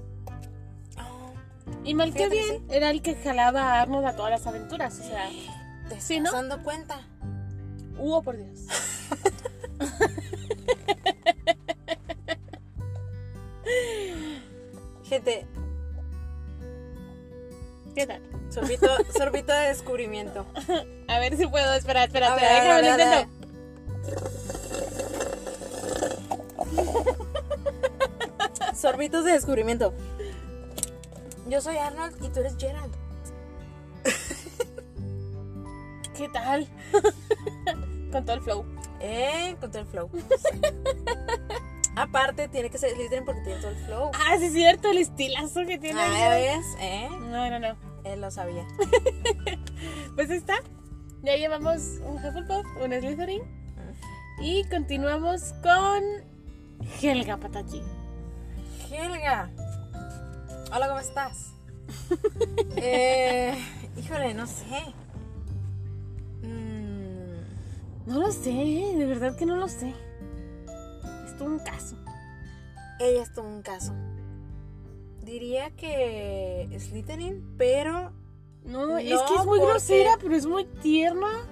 B: Ah,
A: Y mal que
B: Fíjate que
A: bien, era el que jalaba a Arnold a todas las aventuras. O sea,
B: Te estás
A: Sí, ¿no?
B: dando cuenta.
A: hubo por Dios.
B: Gente,
A: ¿Qué tal?
B: sorbito, sorbito de descubrimiento.
A: A ver si puedo. Espera, espera,
B: A
A: espera.
B: ver,
A: Déjame lo
B: a ver, a ver.
A: intento.
B: Sorbitos de descubrimiento. Yo soy Arnold y tú eres Gerald.
A: ¿Qué tal? Con todo el flow.
B: Eh, encontré el flow. Aparte, tiene que ser líder porque tiene todo el flow.
A: Ah, sí, es cierto, el estilazo que tiene.
B: Ah, ya ves, eh.
A: No, no, no.
B: Él lo sabía.
A: Pues ahí está. Ya llevamos un Hufflepuff, un Slytherin. Y continuamos con Helga Pataki.
B: Helga. Hola, ¿cómo estás? Eh, híjole, no sé. Mm,
A: No lo sé, ¿eh? de verdad que no lo sé. Es todo un caso.
B: Ella es todo un caso. Diría que Slytherin, pero
A: No,
B: No,
A: es que es muy
B: porque-
A: grosera, pero es muy tierna.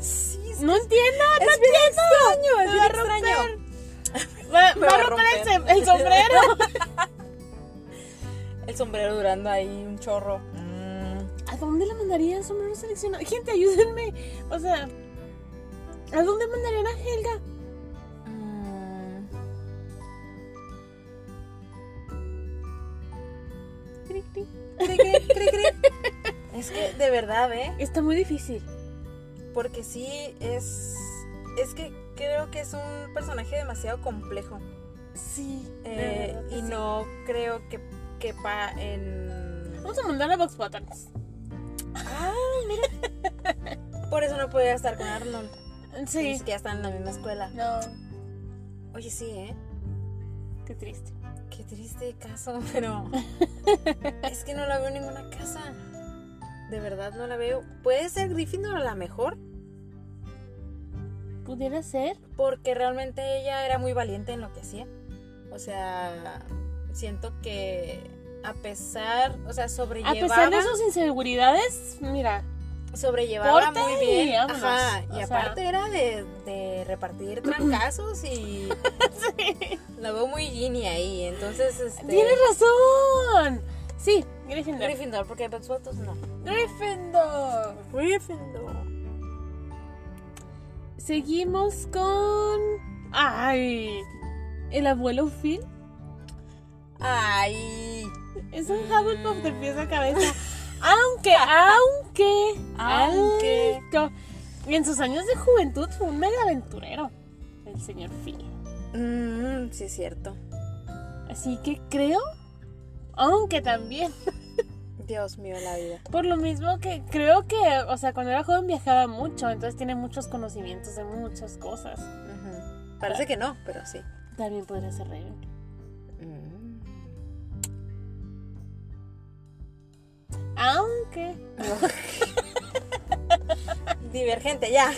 B: sí es,
A: No entiendo, no
B: es bien extraño, es
A: Me
B: bien
A: va a
B: extraño.
A: Va,
B: Me
A: va a
B: va a
A: romper el,
B: romper.
A: sem- el sombrero.
B: El sombrero durando ahí un chorro. Mm,
A: ¿A dónde la mandarían sombrero seleccionado? Gente, ayúdenme. O sea, ¿a dónde mandarían a Helga?
B: mm.
A: Cri, cri.
B: Cri, cri, cri, cri. Es que de verdad, ¿eh?
A: Está muy difícil.
B: Porque sí es es que creo que es un personaje demasiado complejo.
A: Sí. de
B: Eh,
A: verdad que
B: y
A: sí.
B: no creo que quepa en
A: Vamos a mandar a Box Buttons.
B: Por eso no podía estar con Arnold.
A: Sí.
B: Es que ya están en la misma escuela.
A: No,
B: Oye, sí, ¿eh?
A: qué triste.
B: Qué triste caso, pero. es que no la veo en ninguna casa. De verdad no la veo. Puede ser Gryffindor a la mejor,
A: ¿Pudiera ser?
B: porque realmente ella era muy valiente en lo que hacía. O sea, siento que a pesar, o sea,
A: A
B: sobrellevaba,
A: pesar de sus inseguridades, mira.
B: sobrellevaba
A: porte
B: muy
A: y
B: bien.
A: vámonos.
B: Ajá, y
A: O sea-
B: aparte era de, de repartir trancazos y la veo muy Ginny ahí. Entonces, este,
A: ¡Tienes razón! Sí, Gryffindor.
B: Gryffindor, porque Bugs Bunny no.
A: Gryffindor.
B: Gryffindor.
A: Seguimos con. ¡Ay! El abuelo Phil
B: Ay.
A: es un Hufflepuff de pies a cabeza. Aunque, aunque,
B: Aunque.
A: alto. En sus años de juventud fue un mega aventurero, el señor Phil.
B: Mm, sí, es cierto.
A: Así que creo, aunque también,
B: Dios mío, la vida.
A: por lo mismo que creo que, o sea, cuando era joven viajaba mucho, entonces tiene muchos conocimientos de muchas cosas.
B: Ujú. Parece que no, pero sí.
A: También podría ser Ravenclaw.
B: Mm.
A: Aunque
B: Divergente, ya.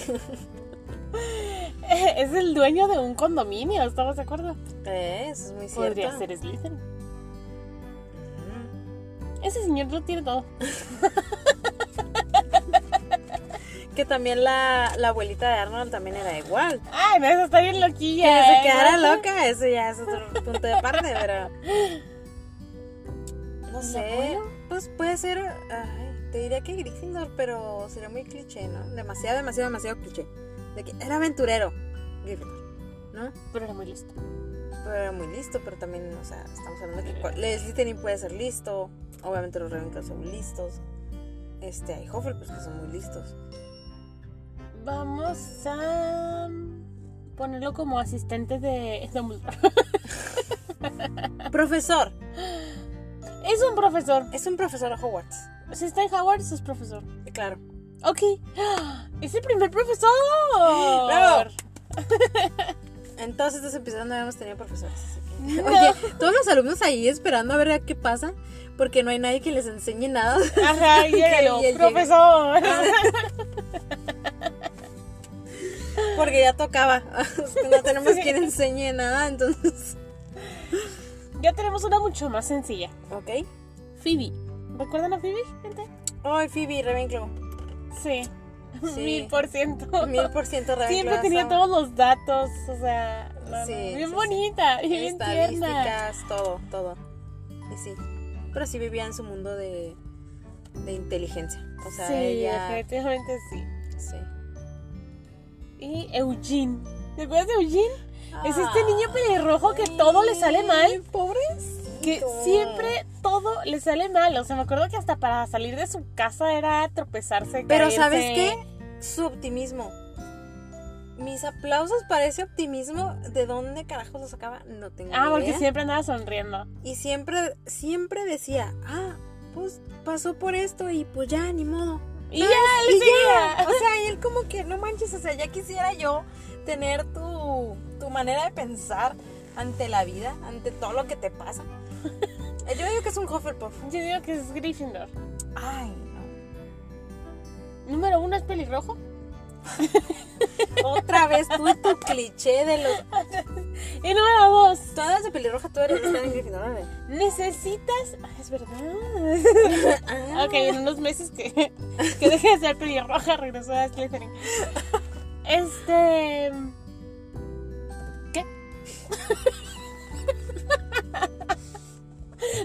A: es el dueño de un condominio, ¿estamos de acuerdo?
B: Eh, Eso es muy cierto.
A: Podría ser Slytherin.
B: Mm.
A: Ese señor lo tiene todo.
B: Que también la, la abuelita de Arnold también era igual.
A: Ay, no, eso está bien
B: Que
A: loquilla.
B: se
A: ¿eh?
B: quedara
A: ¿No?
B: loca, eso ya es otro punto de parte, pero. No sé.
A: abuelo?
B: Pues puede ser. Ay, te diría que Gryffindor, pero sería muy cliché, ¿no? Demasiado, demasiado, demasiado cliché. De que era aventurero, Gryffindor, ¿no?
A: Pero era muy listo.
B: Pero era muy listo, pero también, o sea, estamos hablando de que cual- el Slytherin puede ser listo. Obviamente los Ravenclaw son listos. Este, hay Hufflepuff que son muy listos.
A: Vamos a ponerlo como asistente de Dumbledore.
B: Profesor.
A: Es un profesor.
B: Es un profesor a Hogwarts.
A: Si está en Howard, es profesor.
B: Claro.
A: Ok. ¡Ah! ¡Es el primer profesor!
B: Bravo. En todos estos episodios no habíamos tenido profesores. así que-
A: No.
B: Oye, todos los alumnos ahí esperando a ver a qué pasa, porque no hay nadie que les enseñe nada.
A: Ajá, llégalo,
B: llega.
A: profesor.
B: Porque ya tocaba. No tenemos quien enseñe nada, entonces.
A: Ya tenemos una mucho más sencilla.
B: Ok.
A: Phoebe. ¿Recuerdan a Phoebe, gente?
B: Ay, Phoebe, Ravenclaw.
A: Sí.
B: Sí.
A: Mil por ciento.
B: Mil por ciento Ravenclaw.
A: Siempre tenía
B: son
A: todos los datos, o sea, no, no,
B: Sí, sí,
A: bien
B: sí.
A: bonita, y bien tierna.
B: Estadísticas, todo, todo. Y sí. Pero sí vivía en su mundo de, de inteligencia. O sea,
A: sí,
B: ella.
A: definitivamente sí.
B: Sí.
A: Y Eugene. ¿Te acuerdas de Eugene? Es este
B: Ah,
A: niño pelirrojo que todo le sale mal.
B: Pobre.
A: Que siempre todo le sale mal. O sea, me acuerdo que hasta para salir de su casa era tropezarse.
B: Pero
A: caerse.
B: ¿sabes qué? Su optimismo. Mis aplausos para ese optimismo, ¿de dónde carajos lo sacaba? No tengo
A: Ah,
B: ni
A: porque
B: idea.
A: siempre andaba sonriendo.
B: Y siempre, siempre decía, ah, pues pasó por esto y pues ya, ni modo.
A: Y ya,
B: Y
A: él seguía.
B: ya, o sea, y él como que, no manches, o sea, ya quisiera yo tener tu, tu manera de pensar ante la vida, ante todo lo que te pasa. Yo digo que es un Hufflepuff.
A: Yo digo que es Gryffindor.
B: Ay, no.
A: Número uno es pelirrojo.
B: Otra vez tú y tu cliché de los...
A: Y número dos,
B: Tú andas de pelirroja, tú eres de Gryffindor, ¿vale?
A: necesitas. Ah, es verdad. Ok, en unos meses que, que deje de ser pelirroja, regresó a Slytherin. Este. ¿Qué?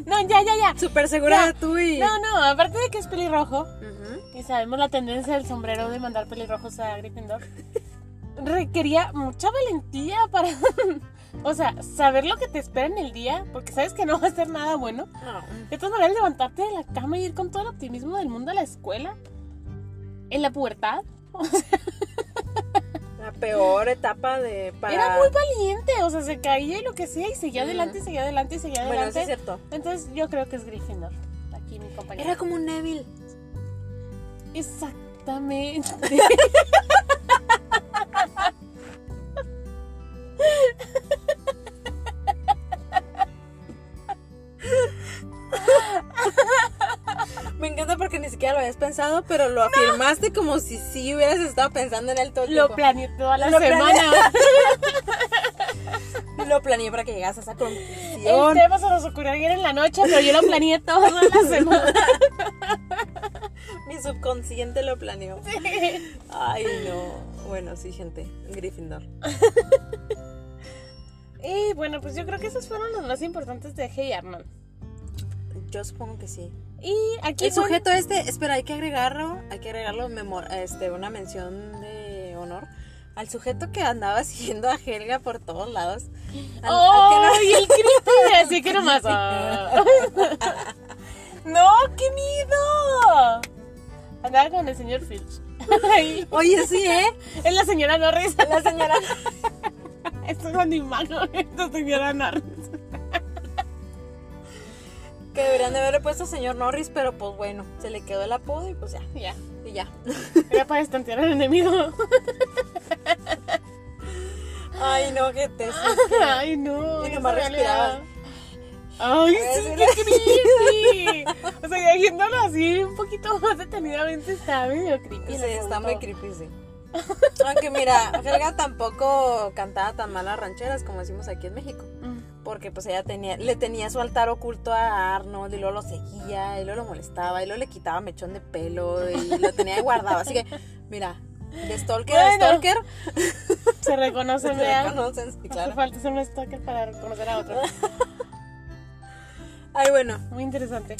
A: No, ya, ya, ya.
B: Súper segura
A: Ya.
B: de tú y...
A: No, no, aparte de que es pelirrojo,
B: Ujú.
A: y sabemos la tendencia del sombrero de mandar pelirrojos a Gryffindor, requería mucha valentía para. O sea, saber lo que te espera en el día, porque sabes que no va a ser nada bueno.
B: No.
A: De todas maneras, levantarte de la cama y ir con todo el optimismo del mundo a la escuela. En la pubertad.
B: La peor etapa de... Para...
A: Era muy valiente. O sea, se caía y lo que sea. Y seguía
B: Ujú.
A: adelante, y seguía adelante, y seguía
B: Bueno, sí
A: adelante.
B: es cierto.
A: Entonces, yo creo que es Gryffindor. Aquí mi compañero.
B: Era como un Neville.
A: Exactamente.
B: Me encanta porque ni siquiera lo habías pensado, pero lo afirmaste como si sí hubieras estado pensando en él todo el
A: lo
B: tiempo.
A: planeé toda la
B: Lo planeé.
A: semana.
B: lo planeé para que llegas a esa
A: El
B: conclusión.
A: tema se nos ocurrió ayer en la noche, pero yo lo planeé toda la semana.
B: Mi subconsciente lo planeó. Ay, no. Bueno, sí, gente. Gryffindor.
A: y bueno, pues yo creo que esos fueron los más importantes de Hey Arnold.
B: Yo supongo que sí.
A: Y aquí.
B: El
A: bueno,
B: sujeto este, espera, hay que agregarlo, hay que agregarlo, memor- este, una mención de honor al sujeto que andaba siguiendo a Helga por todos lados. Al- al
A: ¡Oh!
B: que no-
A: Y el creepy, así que nomás. ah. ¡No! ¡Qué miedo! Andaba con el señor Filch. Ahí.
B: Oye, sí, ¿eh?
A: es la señora Norris.
B: La señora.
A: Esto es mi mano, esta señora Norris.
B: Que deberían de haberle puesto señor Norris, pero pues bueno, se le quedó el apodo y pues ya,
A: Ya.
B: y ya.
A: Era para estantear al enemigo.
B: Ay, no, qué teso.
A: Ah, Ay, no.
B: Y
A: esa
B: nomás
A: realidad.
B: respirabas.
A: Ay,
B: Ay,
A: sí,
B: sí,
A: qué creepy. O sea, ya yéndolo así un poquito más detenidamente, está medio creepy. el
B: Sí, está
A: asunto.
B: muy creepy, sí. Aunque mira, Helga tampoco cantaba tan mal las rancheras como decimos aquí en México.
A: Mm.
B: Porque pues ella tenía, le tenía su altar oculto a Arnold y luego lo seguía, y luego lo molestaba, y luego le quitaba mechón de pelo y lo tenía ahí guardado. Así que, mira, de stalker a
A: Bueno,
B: stalker,
A: Se reconoce,
B: se
A: vea.
B: reconocen, sí,
A: Hace
B: claro.
A: falta ser un stalker para reconocer a otro.
B: Ay, bueno,
A: Muy interesante.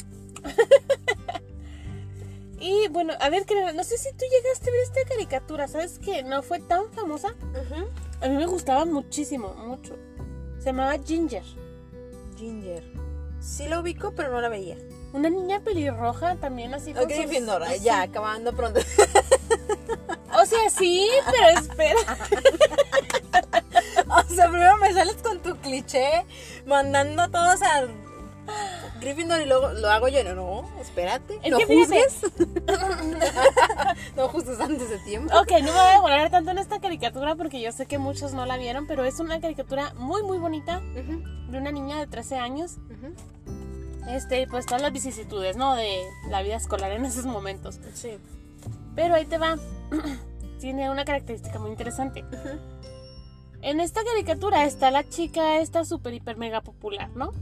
A: y bueno, a ver, Karina, no sé si tú llegaste a ver esta caricatura. ¿Sabes que no fue tan famosa? A mí me gustaba muchísimo, mucho. Se llamaba Ginger.
B: Ginger. Sí lo ubico, pero no la veía.
A: Una niña pelirroja también así con
B: Ok,
A: sus-
B: Gryffindor,
A: así.
B: ya, acabando pronto.
A: O sea, sí, pero espera.
B: O sea, primero me sales con tu cliché, mandando a todos a Gryffindor y luego lo hago yo. No, no, espérate.
A: Es
B: no
A: que fíjate.
B: juzgues. no juzgues antes de tiempo.
A: Ok, no me voy a demorar tanto en esta caricatura porque yo sé que muchos no la vieron, pero es una caricatura muy, muy bonita
B: Ujú,
A: de una niña de 13 años.
B: ujú.
A: Este, y pues todas las vicisitudes, ¿no? De la vida escolar en esos momentos.
B: Sí.
A: Pero ahí te va. Tiene una característica muy interesante.
B: Ujú.
A: En esta caricatura está la chica esta super hiper mega popular, ¿no?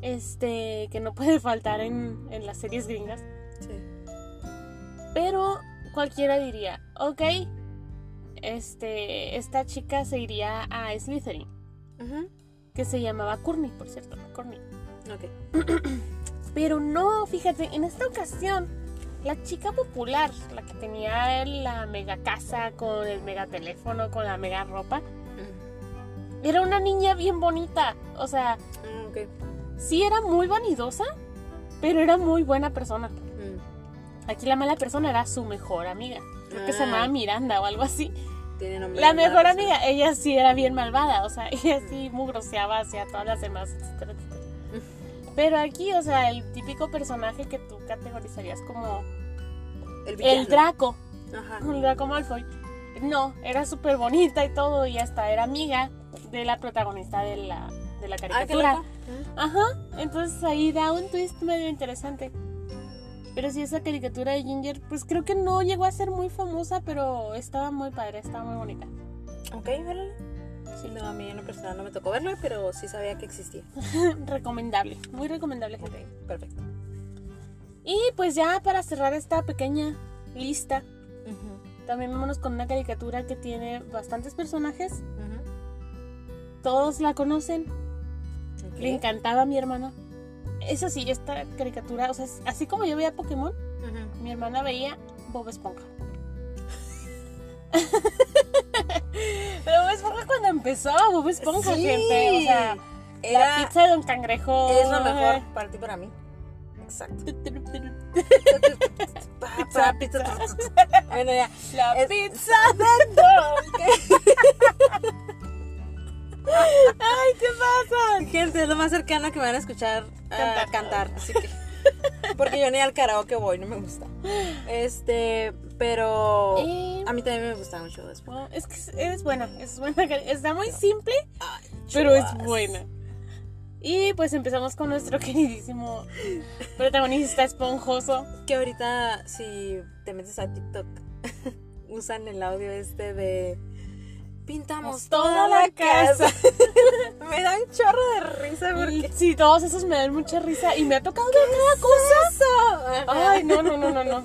A: Este, que no puede faltar en, en las series gringas.
B: Sí.
A: Pero cualquiera diría, ok, este, esta chica se iría a Slytherin,
B: Ujú.
A: que se llamaba Courtney, por cierto, Courtney.
B: Ok.
A: Pero no, fíjate, en esta ocasión, la chica popular, la que tenía la mega casa con el mega teléfono, con la mega ropa, era una niña bien bonita. O sea,
B: Mm, ok.
A: sí era muy vanidosa, pero era muy buena persona.
B: Mm.
A: Aquí la mala persona era su mejor amiga. Creo que se
B: Ah.
A: llamaba Miranda o algo así.
B: Tiene nombre
A: La
B: de
A: mejor
B: raro,
A: amiga, ella sí era bien malvada, o sea, ella sí mugroseaba hacia todas las demás, etcétera, etcétera. Pero aquí, o sea, el típico personaje que tú categorizarías como
B: sí. El,
A: el
B: villano.
A: Draco,
B: Ajá. Ah,
A: el Draco Malfoy. No, era súper bonita y todo, y hasta era amiga de la protagonista de la, de la
B: Ah, qué
A: caricatura.
B: loco. Mm.
A: Ajá, entonces ahí da un twist medio interesante. Pero sí, esa caricatura de Ginger, pues creo que no llegó a ser muy famosa, pero estaba muy padre, estaba muy bonita.
B: Ok, órale. Sí, no, a mí en lo personal no me tocó verla, pero sí sabía que existía.
A: recomendable, muy recomendable,
B: Ok,
A: gente.
B: perfecto.
A: Y pues ya para cerrar esta pequeña lista, también vámonos con una caricatura que tiene bastantes personajes.
B: Ujú.
A: Todos la conocen.
B: Ok.
A: Le encantaba a mi hermana. Eso sí, esta caricatura, o sea, así como yo veía Pokémon,
B: Ujú.
A: mi hermana veía Bob Esponja. Pero Bob Esponja cuando empezó, Bob Esponja,
B: Sí.
A: gente. O sea, la
B: Era,
A: pizza de un cangrejo.
B: es lo mejor para ti y para mí. Exacto. Pa,
A: Pizza,
B: pa, pizza. Bueno, ya.
A: La
B: Es-
A: pizza.
B: Ay, ¿qué pasa? Gente, es lo más cercano que me van a escuchar ah,
A: Cantar.
B: cantar. así que- porque yo ni al karaoke voy, no me gusta. Este, pero
A: Eh,
B: a mí también me gusta mucho después.
A: No, Ah, es que es buena, es buena, está muy simple, pero es buena. Y pues empezamos con nuestro queridísimo protagonista esponjoso.
B: Que ahorita si te metes a TikTok usan el audio este de pintamos toda la casa. me da un chorro de risa porque
A: Sí, todos esos me dan mucha risa y me ha tocado ver cada cosa.
B: Ajá.
A: Ay, no, no, no, no, no.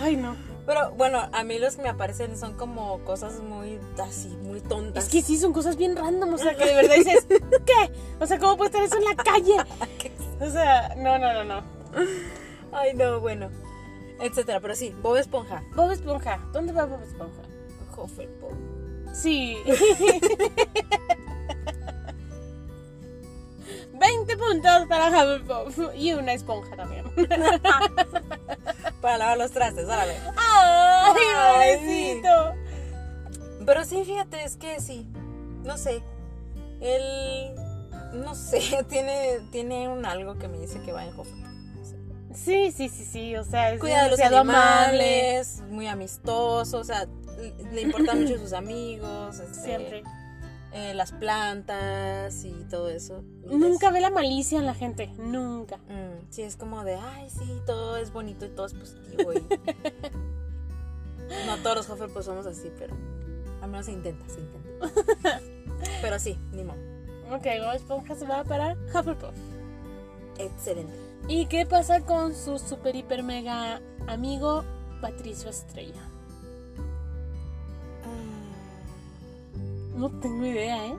A: Ay, no.
B: Pero bueno, a mí los que me aparecen son como cosas muy así, muy tontas.
A: Es que sí, son cosas bien random, o sea, que de verdad dices, ¿qué? O sea, ¿cómo puede estar eso en la calle? O sea, no, no, no, no.
B: Ay, no, bueno. Etcétera, pero sí, Bob Esponja.
A: Bob Esponja, ¿dónde va Bob Esponja?
B: Hufflepuff.
A: Sí. 20 puntos para Hufflepuff y una esponja también.
B: Para lavar los trastes, órale.
A: ¡Ay,
B: Ay.
A: pobrecito!
B: Pero sí, fíjate, es que sí. No sé. Él. No sé, tiene, tiene un algo que me dice que va en Hufflepuff.
A: Sí, sí, sí, sí, o sea, es
B: Cuida de los
A: demasiado amable.
B: animales, muy amistoso, o sea, le importan mucho sus amigos, este,
A: Siempre.
B: eh, las plantas y todo eso. Y pues,
A: Nunca ve la malicia en la gente, nunca.
B: Mm, sí, es como de, ay, sí, todo es bonito y todo es positivo. y- no todos los Hufflepuff somos así, pero al menos se intenta, se intenta. pero sí, ni modo.
A: Ok, Bob Esponja se va para Hufflepuff.
B: Excelente.
A: ¿Y qué pasa con su super, hiper, mega amigo Patricio Estrella? No tengo idea, ¿eh?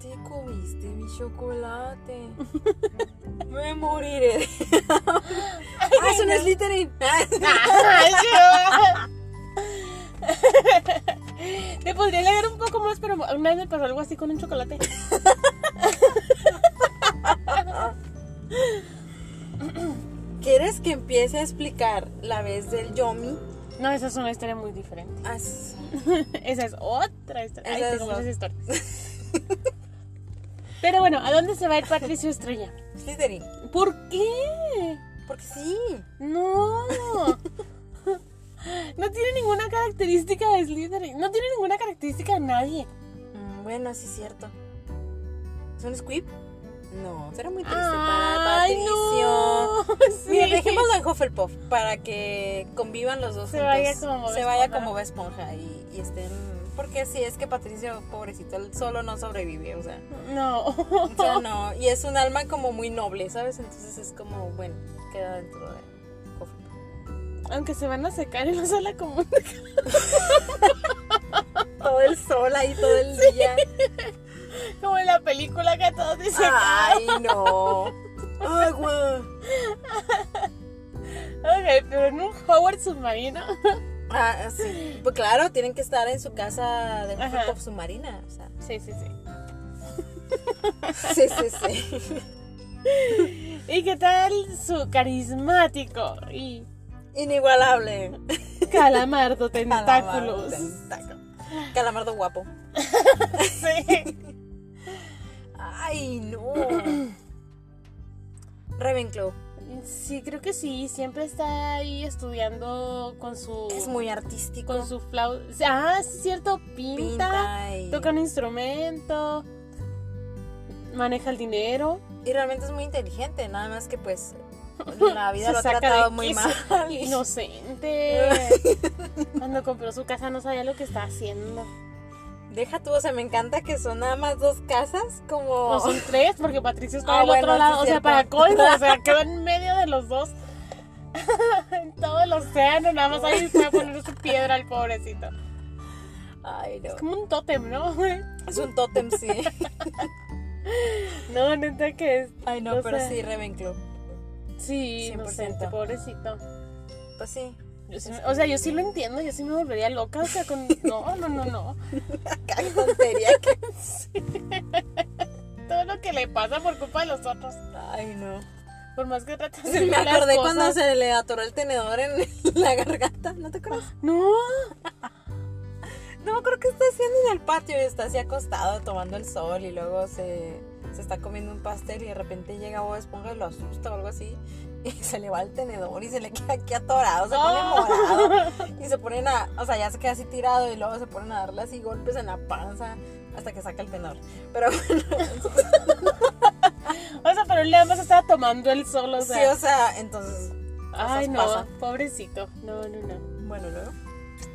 B: Te comiste mi chocolate. Me moriré. ah, es un Slytherin.
A: Te podría leer un poco más, pero una vez me pasó algo así con un chocolate.
B: ¿Quieres que empiece a explicar la vez del Yomi?
A: No, esa es una historia muy diferente.
B: Ah, sí.
A: Esa es otra historia. Ay,
B: Esa
A: tengo
B: es
A: muchas historias. Pero bueno, ¿a dónde se va a ir Patricio Estrella?
B: Slytherin.
A: ¿Por qué?
B: Porque sí.
A: No. No tiene ninguna característica de Slytherin. No tiene ninguna característica de nadie.
B: Mm, bueno, sí es cierto. ¿Es un Squib? No, será muy triste para
A: Ay,
B: Patricio.
A: no. Sí.
B: Mira, dejémoslo en Hufflepuff para que convivan los dos
A: Se
B: juntos.
A: vaya como Bob
B: se vaya
A: Esponja.
B: como Bob Esponja y, y estén... Porque sí, es que Patricio, pobrecito, él solo no sobrevive, o sea...
A: No.
B: O sea, no. Y es un alma como muy noble, ¿sabes? Entonces es como, bueno, queda dentro de Hufflepuff.
A: Aunque se van a secar en la sala común.
B: Todo el sol ahí, todo el día.
A: Como en la película que todos dicen.
B: Ah. Ay, no. Agua.
A: Ok, pero en un Howard submarino.
B: Ah, sí. Pues claro, tienen que estar en su casa de
A: Ajá.
B: Hufflepuff submarina. O sea,
A: Sí, sí, sí.
B: sí, sí, sí.
A: ¿Y qué tal su carismático y
B: Inigualable.
A: calamardo
B: Calamardo,
A: tentáculos?
B: tentáculo. Calamardo guapo.
A: Sí.
B: Ay, no. Ravenclaw.
A: Sí, creo que sí. Siempre está ahí estudiando con su.
B: Es muy artístico.
A: Con su flauta. Ah, sí, es cierto. Pinta,
B: pinta y...
A: toca un instrumento. Maneja el dinero.
B: Y realmente es muy inteligente, nada más que pues la vida
A: Se
B: lo ha
A: saca de
B: tratado muy
A: quicio.
B: mal.
A: Inocente. Cuando compró su casa no sabía lo que estaba haciendo.
B: Deja tú, o sea, me encanta que son nada más dos casas, como...
A: O son tres, porque Patricio está
B: Oh. Ah,
A: del
B: bueno,
A: otro
B: sí
A: lado.
B: es
A: O sea,
B: cierto.
A: para colmo, o sea, quedó en medio de los dos. en todo el océano, nada más ahí fue a poner su piedra al pobrecito.
B: Ay, no.
A: Es como un tótem, ¿no?
B: Es un tótem, sí.
A: No, neta que es.
B: Ay, no,
A: O
B: pero
A: sea-
B: sí, Ravenclaw.
A: Sí,
B: 100%.
A: inocente, pobrecito.
B: Pues sí.
A: Yo sí me- o sea, yo sí lo entiendo, yo sí me volvería loca. O sea, con. No, no, no, no.
B: Qué tontería que...
A: Todo lo que le pasa por culpa de los otros.
B: Ay, no.
A: Por más que tratas de
B: Me
A: hacer las
B: acordé cuando
A: cosas.
B: se le atoró el tenedor en la garganta, ¿no te acuerdas?
A: No,
B: No, creo que está haciendo en el patio y está así acostado tomando el sol y luego se, se está comiendo un pastel y de repente llega Bob Esponja y lo asusta o algo así y se le va el tenedor y se le queda aquí atorado, se
A: Oh.
B: pone morado y se ponen a, o sea, ya se queda así tirado y luego se ponen a darle así golpes en la panza hasta que saca el tenedor. Pero bueno,
A: o sea, pero él nada más estaba tomando el sol, o sea.
B: sí, o sea, entonces,
A: Ay, no,
B: cosas pasan.
A: pobrecito. No, no, no.
B: bueno, luego,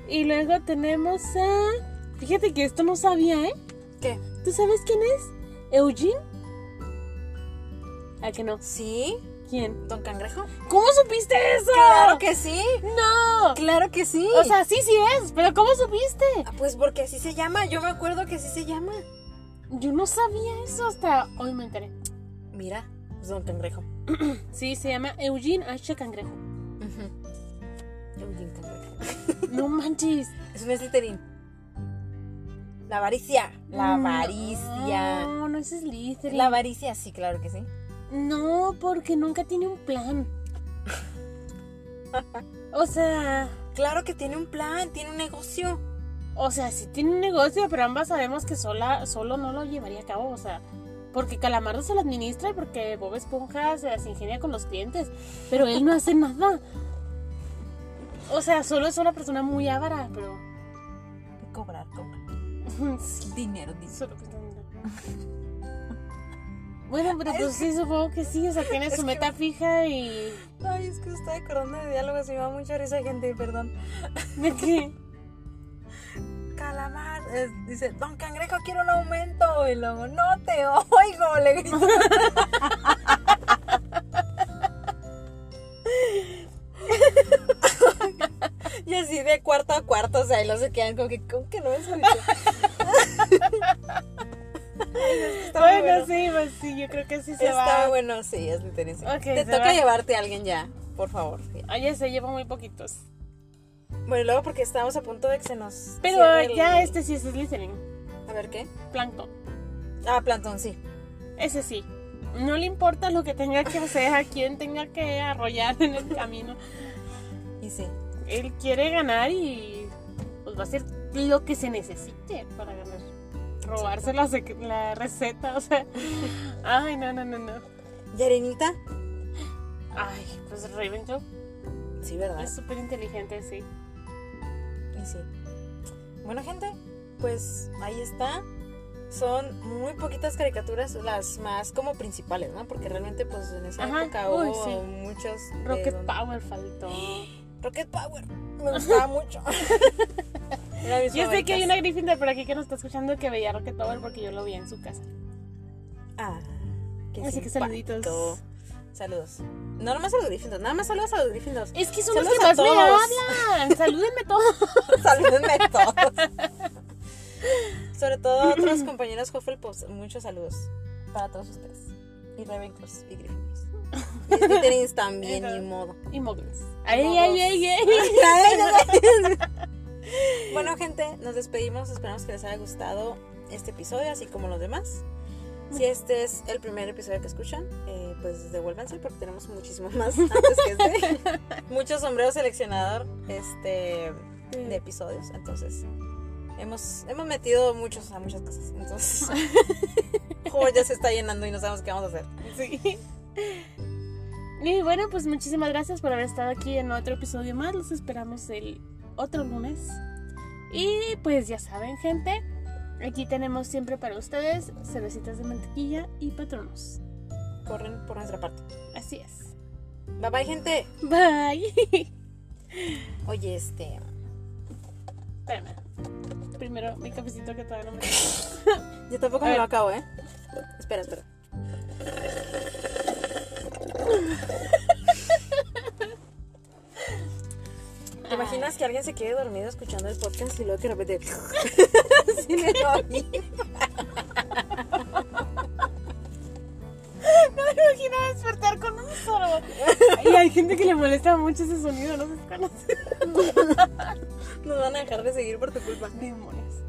A: Y luego tenemos a. Fíjate que esto no sabía, ¿eh?
B: ¿qué?
A: ¿Tú sabes quién es? ¿Eugene? ¿A que no?
B: ¿Sí?
A: ¿Quién?
B: ¿Don Cangrejo?
A: ¿Cómo supiste eso?
B: Claro que sí,
A: ¡No!
B: claro que sí.
A: O sea, sí, sí es, pero ¿cómo supiste?
B: Ah, pues porque así se llama, yo me acuerdo que así se llama.
A: Yo no sabía eso hasta hoy me enteré.
B: Mira, es Don Cangrejo.
A: Sí, se llama Eugene H. Cangrejo.
B: Eugene Cangrejo.
A: No manches.
B: Es un Slytherin. La avaricia. La
A: Mm.
B: avaricia.
A: No, no es Slytherin.
B: La avaricia, sí, claro que sí.
A: No, porque nunca tiene un plan. O sea,
B: Claro que tiene un plan, tiene un negocio.
A: o sea, sí tiene un negocio, pero ambas sabemos que sola, solo no lo llevaría a cabo, o sea, porque Calamardo se lo administra y porque Bob Esponja se las ingenia con los clientes, pero él no hace nada. O sea, solo es una persona muy avara, pero
B: Cobrar, cobrar.
A: sí,
B: Dinero, dice.
A: solo que está viendo. Bueno, pero pues sí, supongo que sí, o sea, tiene
B: Es
A: su
B: que-
A: meta fija y...
B: Ay, es que me estoy acordando de diálogos y me da mucha risa, gente, perdón.
A: ¿De qué?
B: Calamar. eh, dice, Don Cangrejo, quiero un aumento. Y luego, no te oigo. Le grita. y así de cuarto a cuarto, o sea, y los se quedan como que, ¿cómo que no me escuchó? Está muy
A: bueno,
B: bueno.
A: sí, pues sí, yo creo que sí se
B: Está
A: va.
B: bueno, sí, es interesante.
A: Ok,
B: te
A: se
B: toca
A: va.
B: llevarte a alguien ya, por favor. ya.
A: Ah, ya se lleva muy poquitos.
B: Bueno, y luego porque estábamos a punto de que se nos.
A: Pero
B: cierre el-
A: ya este sí es Slytherin.
B: A ver qué.
A: Plankton.
B: Ah, Plantón, sí.
A: Ese sí. No le importa lo que tenga que hacer, a quién tenga que arrollar en el camino.
B: Y sí.
A: Él quiere ganar y pues va a hacer lo que se necesite para ganar. Robarse la, sec- la receta, o sea. Ay, no, no, no, no.
B: ¿Y Arenita?
A: Ay, pues Ravenclaw
B: Sí, ¿verdad?
A: es súper inteligente, sí.
B: Y sí. Bueno, gente, pues ahí está. Son muy poquitas caricaturas, las más como principales, ¿no? Porque realmente, pues en esa
A: Ajá,
B: época
A: uy,
B: hubo
A: sí.
B: muchos. de
A: Rocket
B: donde-
A: Power faltó.
B: Rocket Power. Me gustaba mucho. Era de mis
A: Yo sé que hay
B: favoritas.
A: una Gryffindor por aquí que nos está escuchando que veía Rocket Power porque yo lo vi en su casa.
B: Ah, qué
A: Así que
B: simpático.
A: saluditos.
B: Saludos. No, nomás a los Gryffindors. Nada más saludos a los Gryffindors.
A: Es que son los
B: Saludos
A: que
B: a
A: más me
B: todos.
A: hablan. Salúdenme todos.
B: Salúdenme todos. Sobre todo a otros compañeros Hufflepuffs. pues, Muchos saludos para todos ustedes. Y Ravenclaws y Gryffindors. Y Slytherins también, ni modo.
A: Y Muggles. Ay,
B: Muggles.
A: ay, ay, ay.
B: Ay, no mames. bueno, gente, nos despedimos. Esperamos que les haya gustado este episodio, así como los demás. Si este es el primer episodio que escuchan, eh, pues devuélvanse porque tenemos muchísimo más antes que este. Muchos sombreros seleccionador este, de episodios. Entonces, hemos, hemos metido muchos a muchas cosas. Entonces, oh, ya se está llenando y no sabemos qué vamos a hacer.
A: Sí. Y bueno, pues muchísimas gracias por haber estado aquí en otro episodio más. Los esperamos el otro lunes. Y pues ya saben, gente, aquí tenemos siempre para ustedes cervecitas de mantequilla y patronos.
B: Corren por nuestra parte.
A: Así es.
B: Bye bye, gente.
A: Bye.
B: Oye, este.
A: Espérame. Primero mi cafecito que todavía no me.
B: Yo
A: A
B: tampoco me
A: ver.
B: lo acabo, ¿eh? Espera, espera. ¿Te imaginas que alguien se quede dormido escuchando el podcast y luego que repente... Sí, me dormí.
A: No me imagino despertar con un sorbo. Y hay gente que le molesta mucho ese sonido, no sé cuál es.
B: Nos van a dejar de seguir por tu culpa.
A: Demonios.